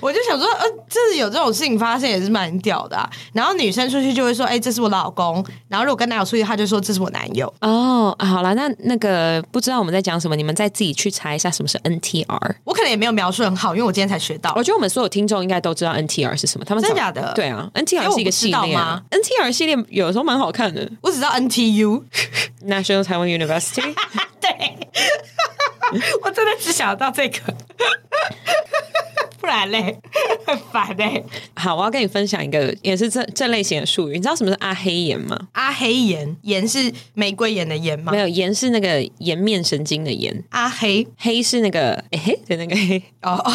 S2: 我就想说，呃，这有这种事情发生也是蛮屌的啊、然后女生出去就会说，哎、这是我老公。然后如果跟男友出去，他就说这是我男友。
S1: 哦，啊好啦，那那个不知道我们在讲什么，你们再自己去查一下什么是 NTR。
S2: 我可能也没有描述很好，因为我今天才学到
S1: 我。觉得我们所有听众应该都知道 NTR 是什么，他们
S2: 真的
S1: 早
S2: 假的
S1: 对啊
S2: 因为
S1: ，NTR
S2: 我
S1: 是一
S2: 不
S1: 个
S2: 知
S1: 系
S2: 道
S1: 列啊，NTR 系列有时候蛮好看的
S2: 我只知道 NTU，
S1: ，National Taiwan University。
S2: 对， 我真的只想到这个， 不然嘞，很烦欸嘞、
S1: 好，我要跟你分享一个也是这这类型的术语，你知道什么是阿黑眼吗？
S2: 阿黑盐，盐是玫瑰盐的盐吗
S1: 没？有，盐是那个颜面神经的颜，
S2: 阿黑
S1: 黑是那个诶嘿的那个黑。
S2: 哦哦，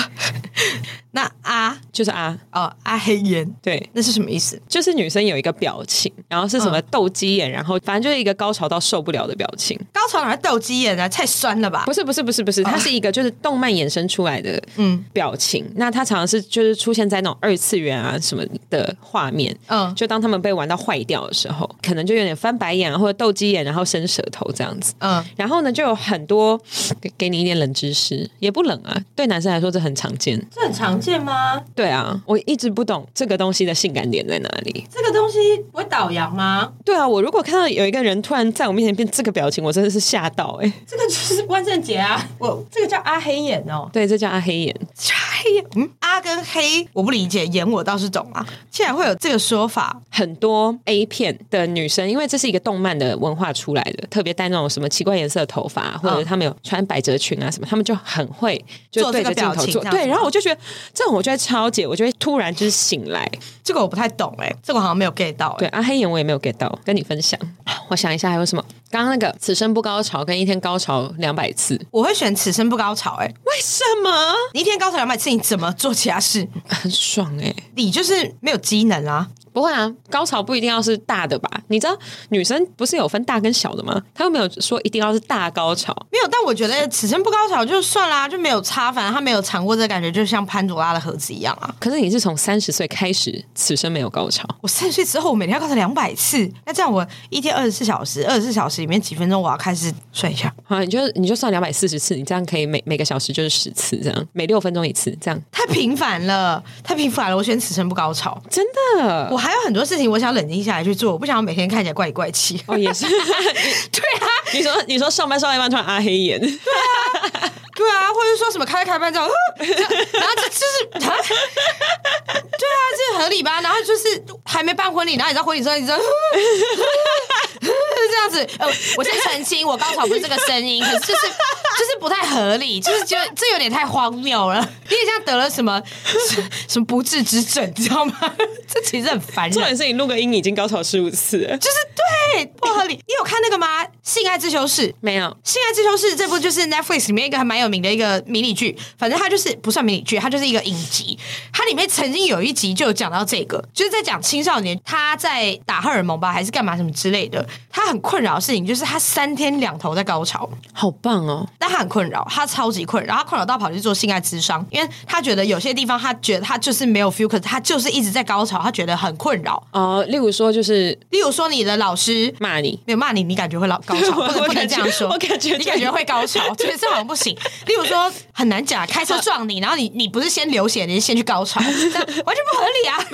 S2: 那啊
S1: 就是啊，
S2: 哦啊黑眼，
S1: 对，
S2: 那是什么意思？
S1: 就是女生有一个表情，然后是什么
S2: 嗯
S1: 斗鸡眼，然后反正就是一个高潮到受不了的表情。
S2: 高潮哪来斗鸡眼啊？太酸了吧
S1: 不？是不是不是不是，它是一个就是动漫衍生出来的
S2: 嗯
S1: 表情。那它常常是就是出现在那种二次元啊什么的画面。
S2: 嗯，
S1: 就当他们被玩到坏掉的时候，可能就有点翻白眼啊，或者斗鸡眼，然后伸舌头这样子。
S2: 嗯，
S1: 然后呢，就有很多给给你一点冷知识，也不冷啊。对男生来说，这很常见。
S2: 这很常见吗？
S1: 对啊，我一直不懂这个东西的性感点在哪里。
S2: 这个东西不会倒洋吗？
S1: 对啊，我如果看到有一个人突然在我面前变这个表情，我真的是吓到哎、
S2: 这个就是万圣节啊，我这个叫阿黑眼哦，
S1: 对，这叫阿黑眼。
S2: 黑眼，嗯，阿跟黑，我不理解，眼我倒是懂啊，竟然会有这个说法，
S1: 很多 A 片的女生，因为这是一个动漫的文化出来的，特别戴那种什么奇怪颜色的头发，或者她们有穿百褶裙啊什么，她们就很会就
S2: 做这
S1: 对
S2: 个
S1: 着镜
S2: 表
S1: 头
S2: 情
S1: 嗯做。
S2: 这样子
S1: 对，然后我就觉得这种我就会超解，我就会突然就是醒来。
S2: 这个我不太懂哎、这个我好像没有 get 到哎、
S1: 对，啊阿黑眼我也没有 get 到，跟你分享。哦我想一下还有什么？刚刚那个此生不高潮跟一天高潮两百次，
S2: 我会选此生不高潮哎、
S1: 为什么？
S2: 你一天高潮两百次，你怎么做其他事？
S1: 很爽哎、
S2: 你就是没有机能啊！
S1: 不会啊，高潮不一定要是大的吧？你知道女生不是有分大跟小的吗？她又没有说一定要是大高潮。
S2: 没有，但我觉得哎此生不高潮就算啦，就没有差，反正他没有尝过这感觉，就像潘朵拉的盒子一样啊。
S1: 可是你是从三十岁开始，此生没有高潮，
S2: 我三十岁之后，我每天要高潮两百次，那这样我一天二十四小时，二十四小时里面几分钟我要开始睡一下，
S1: 好，啊你就你就算两百四十次，你这样可以每每个小时就是十次，这样每六分钟一次，这样
S2: 太频繁了，太频繁了。我选此生不高潮，
S1: 真的
S2: 我还有很多事情我想冷静下来去做，我不想要每天看起来怪里怪气。
S1: 哦也是，
S2: 对啊，
S1: 你说你说上班上到一半突然阿黑眼，
S2: 对啊，或者说什么开开班这样， 啊然后这就是，啊对啊，这合理吧？然后就是还没办婚礼，然后你知道婚礼之后，你知道。啊 这样子，呃，我先澄清，我高潮不是这个声音，可是就是就是不太合理，就是觉得这有点太荒谬了。你也像得了什么 什么不治之症，你知道吗？这其实很烦
S1: 重
S2: 人，
S1: 点是你录个音已经高潮十五次了，
S2: 就是对不合理。你有看那个吗？《性爱自修室》
S1: 没有
S2: 《性爱自修室》这部就是 Netflix 里面一个还蛮有名的一个迷你剧，反正它就是不算迷你剧，它就是一个影集。它里面曾经有一集就有讲到这个，就是在讲青少年他在打荷尔蒙吧，还是干嘛什么之类的。他很困扰的事情就是他三天两头在高潮，
S1: 好棒哦，
S2: 但他很困扰，他超级困扰，他困扰到跑去做性爱咨商，因为他觉得有些地方他觉得他就是没有 feel，可是他就是一直在高潮，他觉得很困扰。
S1: 哦，例如说就是
S2: 例如说你的老师
S1: 骂你，
S2: 没有骂你，你感觉会老高潮，
S1: 我
S2: 不能
S1: 我
S2: 不能
S1: 感
S2: 这
S1: 觉
S2: 样说，
S1: 我感觉
S2: 你
S1: 这
S2: 感觉
S1: 样
S2: 会高潮，觉得这好像不行。例如说很难讲，开车撞你，然后你你不是先流血，你是先去 高潮，这样完全不合理啊！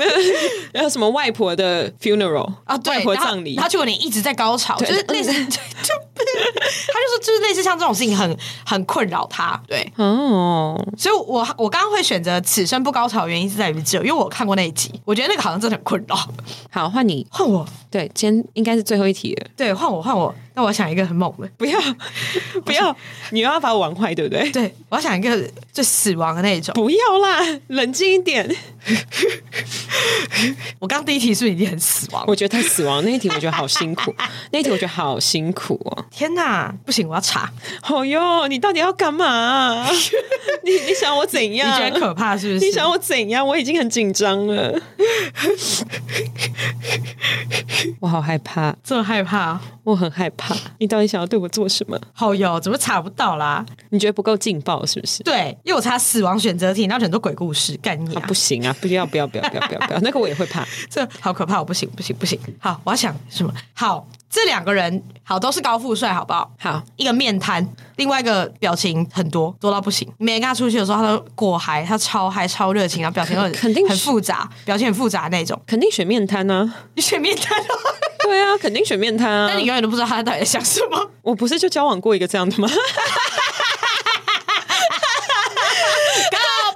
S1: 然后什么外婆的 funeral
S2: 啊，对，
S1: 外婆
S2: 然后
S1: 葬嗯礼
S2: 然，后结果你一直在高潮，就是类 似，就他就说就是类似像这种事情很很困扰他，对。
S1: 哦，
S2: 所以我我刚刚会选择此生不高潮，原因是在于这，因为我看过那一集，我觉得那个好像真的很困扰。
S1: 好换你，
S2: 换我，
S1: 对，今天应该是最后一题了，
S2: 对，换我，换我。那我想一个很猛的，
S1: 不要不要，你又要把我玩坏，对不对？
S2: 对我要想一个最死亡的那一种。
S1: 不要啦，冷静一点。
S2: 我刚第一题是不是已经很死亡了？
S1: 我觉得太死亡那一题，我觉得好辛 苦，那一题我觉得好辛苦哦。
S2: 天哪，不行，我要查。
S1: 哦哟，你到底要干嘛、你你想我怎
S2: 你
S1: 样？
S2: 觉得可怕是不是？
S1: 你想我怎样？我已经很紧张 了，我好害怕，
S2: 这么害怕？
S1: 我很害怕。你到底想要对我做什么？
S2: 好哟，怎么查不到啦？
S1: 你觉得不够劲爆是不是？
S2: 对，因为我查死亡选择题，然后很多鬼故事，干你、
S1: 啊
S2: 啊，
S1: 不行啊！不要不要不要不要不要不要，那个我也会怕。
S2: 这好可怕，我不行不行不行。好，我要想什么？好，这两个人好都是高富帅，好不好？
S1: 好，
S2: 一个面瘫，另外一个表情很多多到不行。每天跟他出去的时候，他都过嗨，他超嗨超热情，然后表情 都很
S1: 肯定是
S2: 很复杂，表情很复杂那种。
S1: 肯定选面瘫啊！
S2: 你选面瘫 了，
S1: 对啊，肯定选面瘫啊！
S2: 但你永远都不知道他到底在想什么。
S1: 我不是就交往过一个这样的吗？
S2: 靠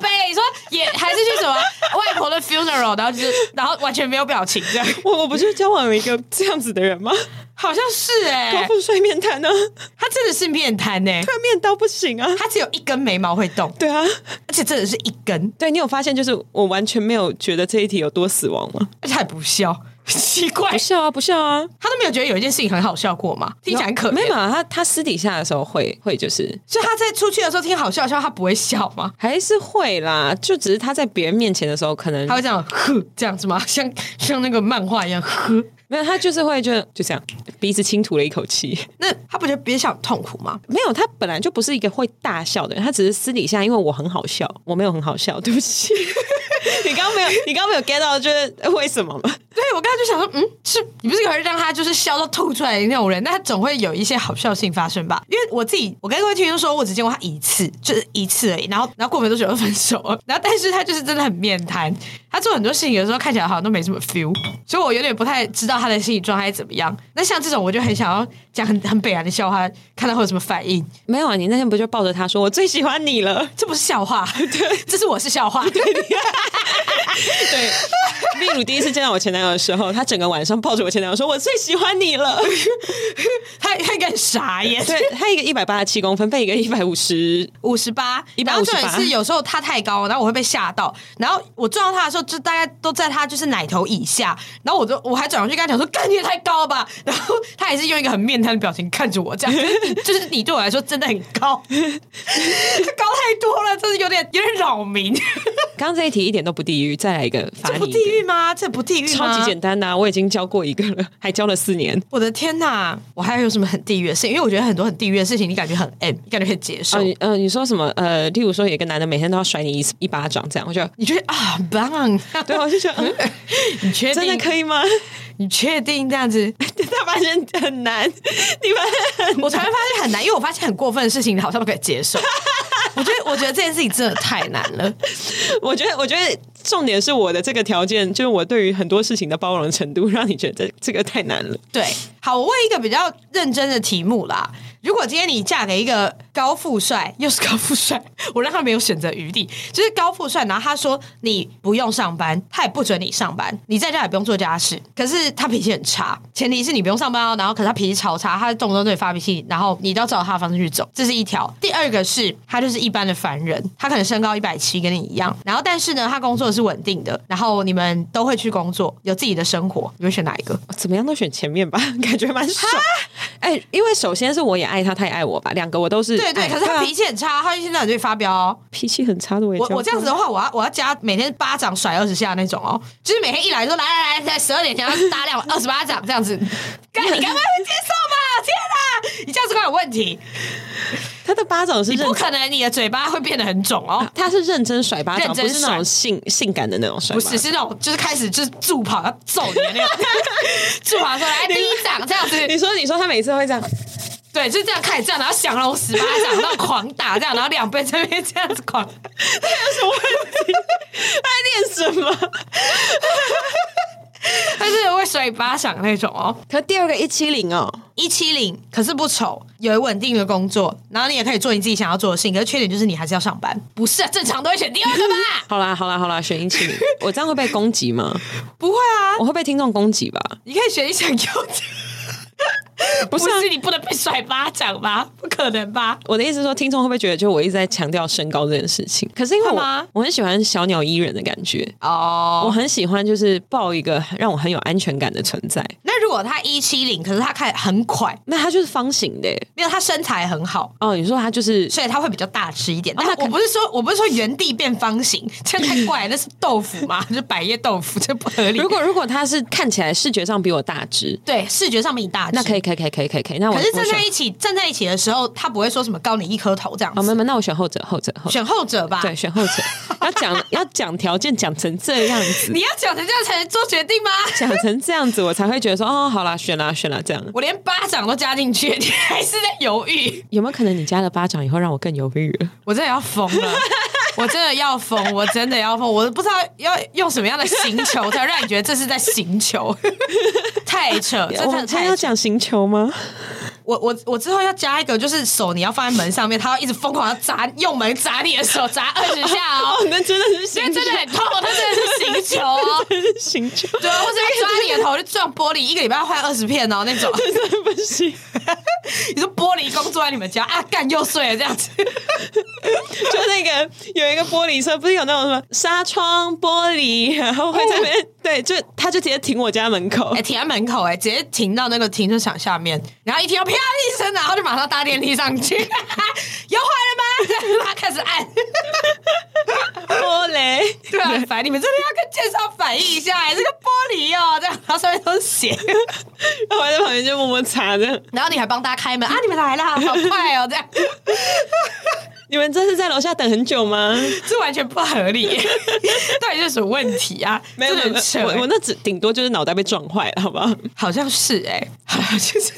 S2: 背，你说也还是去什么外婆的 funeral，然后就是然后完全没有表情这样，
S1: 我我不是交往了一个这样子的人吗？
S2: 好像是哎、
S1: 高富帅面瘫呢、啊，
S2: 他真的是面瘫哎、
S1: 他面到不行啊！
S2: 他只有一根眉毛会动，
S1: 对啊，
S2: 而且真的是一根，
S1: 对你有发现，就是我完全没有觉得这一题有多死亡吗？
S2: 而且还不笑。奇怪
S1: 不，笑啊，不笑啊，
S2: 他都没有觉得有一件事情很好笑过吗？听起来很可
S1: 没有
S2: 怜。
S1: 嘛？他他私底下的时候会会就是
S2: 所以他在出去的时候听好笑的时候，他不会笑吗？
S1: 还是会啦，就只是他在别人面前的时候，可能
S2: 他会这样呵这样子吗？像像那个漫画一样呵。
S1: 没有，他就是会就就这样鼻子轻吐了一口气。
S2: 那他不觉得憋笑很痛苦吗？
S1: 没有，他本来就不是一个会大笑的人，他只是私底下因为我很好笑，我没有很好笑，对不起。 你刚刚没有，你刚刚没有 get 到，就是为什么吗？
S2: 对我刚才就想说，嗯，是你不是可以让他就是笑到吐出来的那种人，那他总会有一些好笑性发生吧？因为我自己，我跟各位听众说，我只见过他一次，就是一次而已。然后，然后过没多久就分手了。然后，但是他就是真的很面瘫，他做很多事情有时候看起来好像都没什么 feel，所以我有点不太知道他的心理状态怎么样。那像这种，我就很想要讲很很北然的笑话，看他会有什么反应。
S1: 没有啊，你那天不就抱着他说我最喜欢你了？
S2: 这不是笑话，对，这是我是笑话。
S1: 对，秘鲁第一次见到我前男友的时候，他整个晚上抱着我前男友说我最喜欢你了。
S2: 他他应该很傻耶。
S1: 对他一个一百八十七公分，被一个一百五十，
S2: 五十八，
S1: 158
S2: 然后重点是有时候他太高，然后我会被吓到，然后我撞到他的时候，就大概都在他就是奶头以下，然后我就我还转过去跟他讲说，干你也太高吧， 然后他还是用一个很面瘫的表情看着我，这样就是你就是你对我来说真的很高，高 太多了，真是有点有点扰民，
S1: 刚刚这一题一点都不地狱，再来一个罚
S2: 这不
S1: 你一
S2: 地
S1: 个。
S2: 狱吗？这不地狱吗？
S1: 超级简单呐、我已经教过一个了， 还教了四年。
S2: 我的天呐，我还有什么很地狱的事情？因为我觉得很多很地狱的事情，你感觉很 M，你感觉可以接受。
S1: 哦，你呃，你说什么？呃，例如说有一个男的每天都要甩你一一巴掌，这样我就
S2: 你觉得啊，很棒！
S1: 对，我就觉得、嗯、
S2: 你确定
S1: 真的可以吗？
S2: 你确定这样子？
S1: 他发现很难，你们
S2: 我突然发现很难，因为我发现很过分的事情，你好像都可以接 受。我觉得，我觉得这件事情真的太难了。
S1: 我觉得，我觉得重点是我的这个条件，就是我对于很多事情的包容程度，让你觉得这个太难了。
S2: 对，好，我问一个比较认真的题目啦。如果今天你嫁给一个高富帅，又是高富帅，我让他没有选择余地， 就是高富帅，然后他说你不用上班，他也不准你上班，你在家也不用做家事，可是他脾气很差，前提是你不用上班哦，然后可是他脾气超差，他动不动对你发脾气，然后你都要照他的方式去走，这是一条。第二个是他就是一般的凡人，他可能身高一百七跟你一样，然后但是呢，他工作是稳定的，然后你们都会去工作，有自己的生活，你会选哪一个？
S1: 哦怎么样都选前面吧， 感觉蛮爽。哎、因为首先是我也爱他，他也爱我吧，两个我都是
S2: 哎对对，啊
S1: 爱
S2: 可是他脾气很差，他现在很对发飙、哦。
S1: 脾气很差的，我也
S2: 我
S1: 教
S2: 我这样子的话，我要我要加每天巴掌甩二十下那种哦，就是每天一来就说来来来，在十二点前要打两 二十巴掌这样子。干你该不会会接受吧？ 天哪，你价值观有问题，
S1: 他的巴掌是
S2: 你
S1: 认
S2: 不可能你的嘴 巴会变得很肿哦。
S1: 他是认真甩巴掌，
S2: 认真
S1: 不是那种
S2: 甩
S1: 性性感的那种甩
S2: 不
S1: 巴掌。
S2: 是，是那种就是开始就是助跑要揍你的那 种，助跑说来第一掌这样子，
S1: 你说，你 说他每次会这样，
S2: 对，就这样开始这样，然后降龙十八掌，然后狂打这样，然后两边这边这样子狂，
S1: 什么问题？他在练什么？
S2: 但是会甩巴掌那种哦。
S1: 可第二个一七零哦，
S2: 一七零，可是不丑，有稳定的工作，然后你也可以做你自己想要做的事情。可是缺点就是你还是要上班，不是、啊、正常都会选第二个吧？
S1: 好啦好啦好啦，选一七零，我这样会被攻击吗？
S2: 不会啊，
S1: 我会被听众攻击吧？
S2: 你可以选你想要的，
S1: 不是啊
S2: 你 不能被甩巴掌吧？不可能吧？
S1: 我的意思是说，听众会不会觉得，就我一直在强调身高这件事情？可是因为
S2: 会
S1: 我
S2: 吗
S1: 我很喜欢小鸟依人的感觉，
S2: 哦、
S1: 我很喜欢就是抱一个让我很有安全感的存在。
S2: 那如果他一七零，可是他看很快，
S1: 那他就是方形的耶
S2: 没有他身材很好。
S1: 哦，你说他就是
S2: 所以他会比较大吃一点，但
S1: 那可
S2: 我不是说我不是说原地变方形，这样太怪了，那是豆腐嘛， 就是百叶豆腐，这不合理。
S1: 如果如果他是看起来视觉上比我大只，
S2: 对视觉上比你大只，
S1: 那可以可以可以可以可以可以，那我
S2: 可是
S1: 我
S2: 站
S1: 选
S2: 在一起站在一起的时候，他不会说什么高你一颗头这样
S1: 哦好，没
S2: 子，
S1: 有没有那我选后者后者后者，
S2: 选后者吧。
S1: 对，，选后者。 要讲要讲条件讲成这样子，
S2: 你要讲成这样才能做决定吗？
S1: 讲成这样子，我才会觉得说哦，好啦，选啦选啦，这样
S2: 我连巴掌都加进去，你还是在犹豫，
S1: 有没有可能你加了巴掌以后让我更犹豫了？
S2: 我真的要疯了。我真的要疯，我真的要疯，我不知道要用什么样的行求才让你觉得这是在行求， 太扯，这
S1: 我
S2: 真
S1: 们
S2: 的
S1: 今天啊哦要
S2: 太扯。
S1: 讲行球吗？
S2: 我我我之后要加一个，就是手你要放在门上面，他要一直疯狂的砸，用门砸你的手，砸二十下哦，
S1: 哦，那真的是行
S2: 因为
S1: 球，
S2: 真的很 痛，他真的是行球哦。
S1: 真的是行球，
S2: 对啊，或者他抓你的头就撞玻璃，一个礼拜要换二十片哦，那种。
S1: 真的不行。
S2: 你说玻璃工作在你们家啊，干又碎了这样子，
S1: 就那个有一个玻璃车，不是有那种什么纱窗玻璃，然后会在那边、对对，就他就直接停我家门口
S2: 哎、，停在门口、哎，直接停到那个停车场下面，然后一听到啪一声，然后就马上搭电梯上 去，有坏了吗？然后 开始按，
S1: 玻璃，
S2: 对啊，反正你们真的要跟介绍反映一下、哎，这个玻璃哦、这样，然后上面都是 血，
S1: 然后我还在旁边就默默擦这样。
S2: 然后你还帮大家开门啊，你们 来啦，好快哦、这样，
S1: 你们这是在楼下等很久吗？
S2: 这完全不合 理，到底是什么问题啊？
S1: 没有，没
S2: 这
S1: 有
S2: 很扯、
S1: 我我那只顶多就是脑袋被撞坏了，好不 好？
S2: 好像是哎、好像就是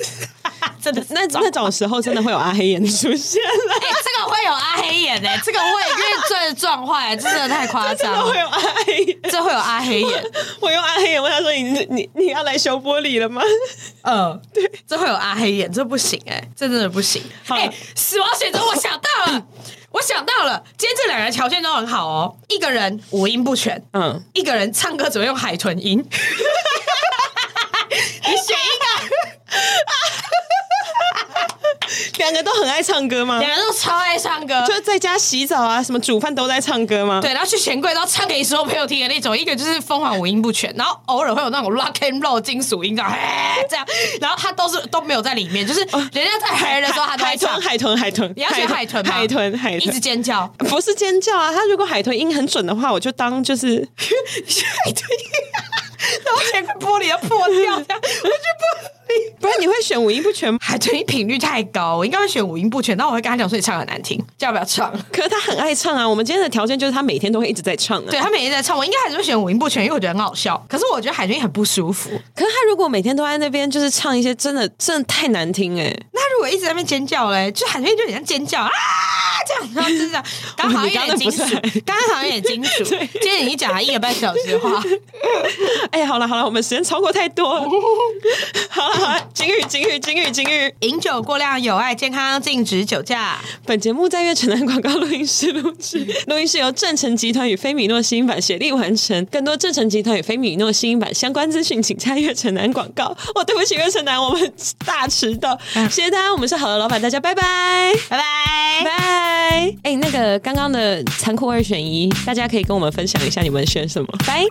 S2: 真的是
S1: 那那种时候真的会有阿黑眼出 现了，
S2: 哎、这个会有阿黑眼哎、这个会因为真的撞坏，这真的太夸
S1: 真
S2: 张
S1: 的会
S2: 了，
S1: 有阿黑眼。
S2: 这会有阿黑眼，
S1: 我用阿黑眼问他说：“你你你要来修玻璃了吗
S2: 嗯，对，这会有阿黑眼，这不行哎、这真的不行。
S1: 好
S2: 哎、死亡选择，我想到了，我想到了，今天这两个人条件都很好哦，一个人五音不全，？”
S1: 嗯，
S2: 一个人唱歌只会用海豚音， 你选一个。
S1: 两个都很爱唱歌吗？
S2: 两个人都超爱唱歌，
S1: 就是在家洗澡啊，什么煮饭都在唱歌吗？
S2: 对，然后去钱柜都唱给所有朋友听的那种，一个就是疯狂五音不全，然后偶尔会有那种 rock and roll 金属音这样，嘿这样，然后他都是都没有在里面，就是人家在嗨的时候他都
S1: 哦海
S2: 在唱
S1: 豚，，海豚，海豚，
S2: 你要学海豚吗？
S1: 海豚，海
S2: 一直
S1: 豚，
S2: 尖叫，
S1: 不是尖叫啊！他如果海豚音很准的话，我就当 就是
S2: 海豚，啊然后钱柜玻璃要破掉，这样我就不理。
S1: 不然你会选五音不全吗？
S2: 海豚音频率太高，我应该会选五音不全，但我会跟他讲说你唱得很难听，叫他不要唱。
S1: 可是他很爱唱啊。我们今天的条件就是他每天都会一直在唱啊。
S2: 对，他每天在唱，我应该还是会选五音不全，因为我觉得很好笑。可是我觉得海豚音很不舒服，
S1: 可是他如果每天都在那边就是唱一些真的真的太难听哎、
S2: 那如果一直在那边尖叫嘞，就喊面就很像尖叫啊。这样，然后就是这 样，刚好像有点金属
S1: 我们刚刚不是，
S2: 刚刚好像有点金属。
S1: 对
S2: 今天你讲了一个半小时的 话，
S1: 哎、好了好了，我们时间超过太多了。好了好了，金玉金玉金玉金玉，
S2: 饮酒过量有害健康，禁止酒驾。
S1: 本节目在月城南广告录音室录制，录音室由正成集团与菲米诺新音版协力完成。更多正成集团与菲米诺新音版相关资讯，请洽月城南广告。哦，对不起，月城南，我们大迟到，谢谢大家，我们是好的老板，大家拜拜。
S2: 拜拜。
S1: 拜！哎，那个刚刚的残酷二选一，大家可以跟我们分享一下你们选什么？拜。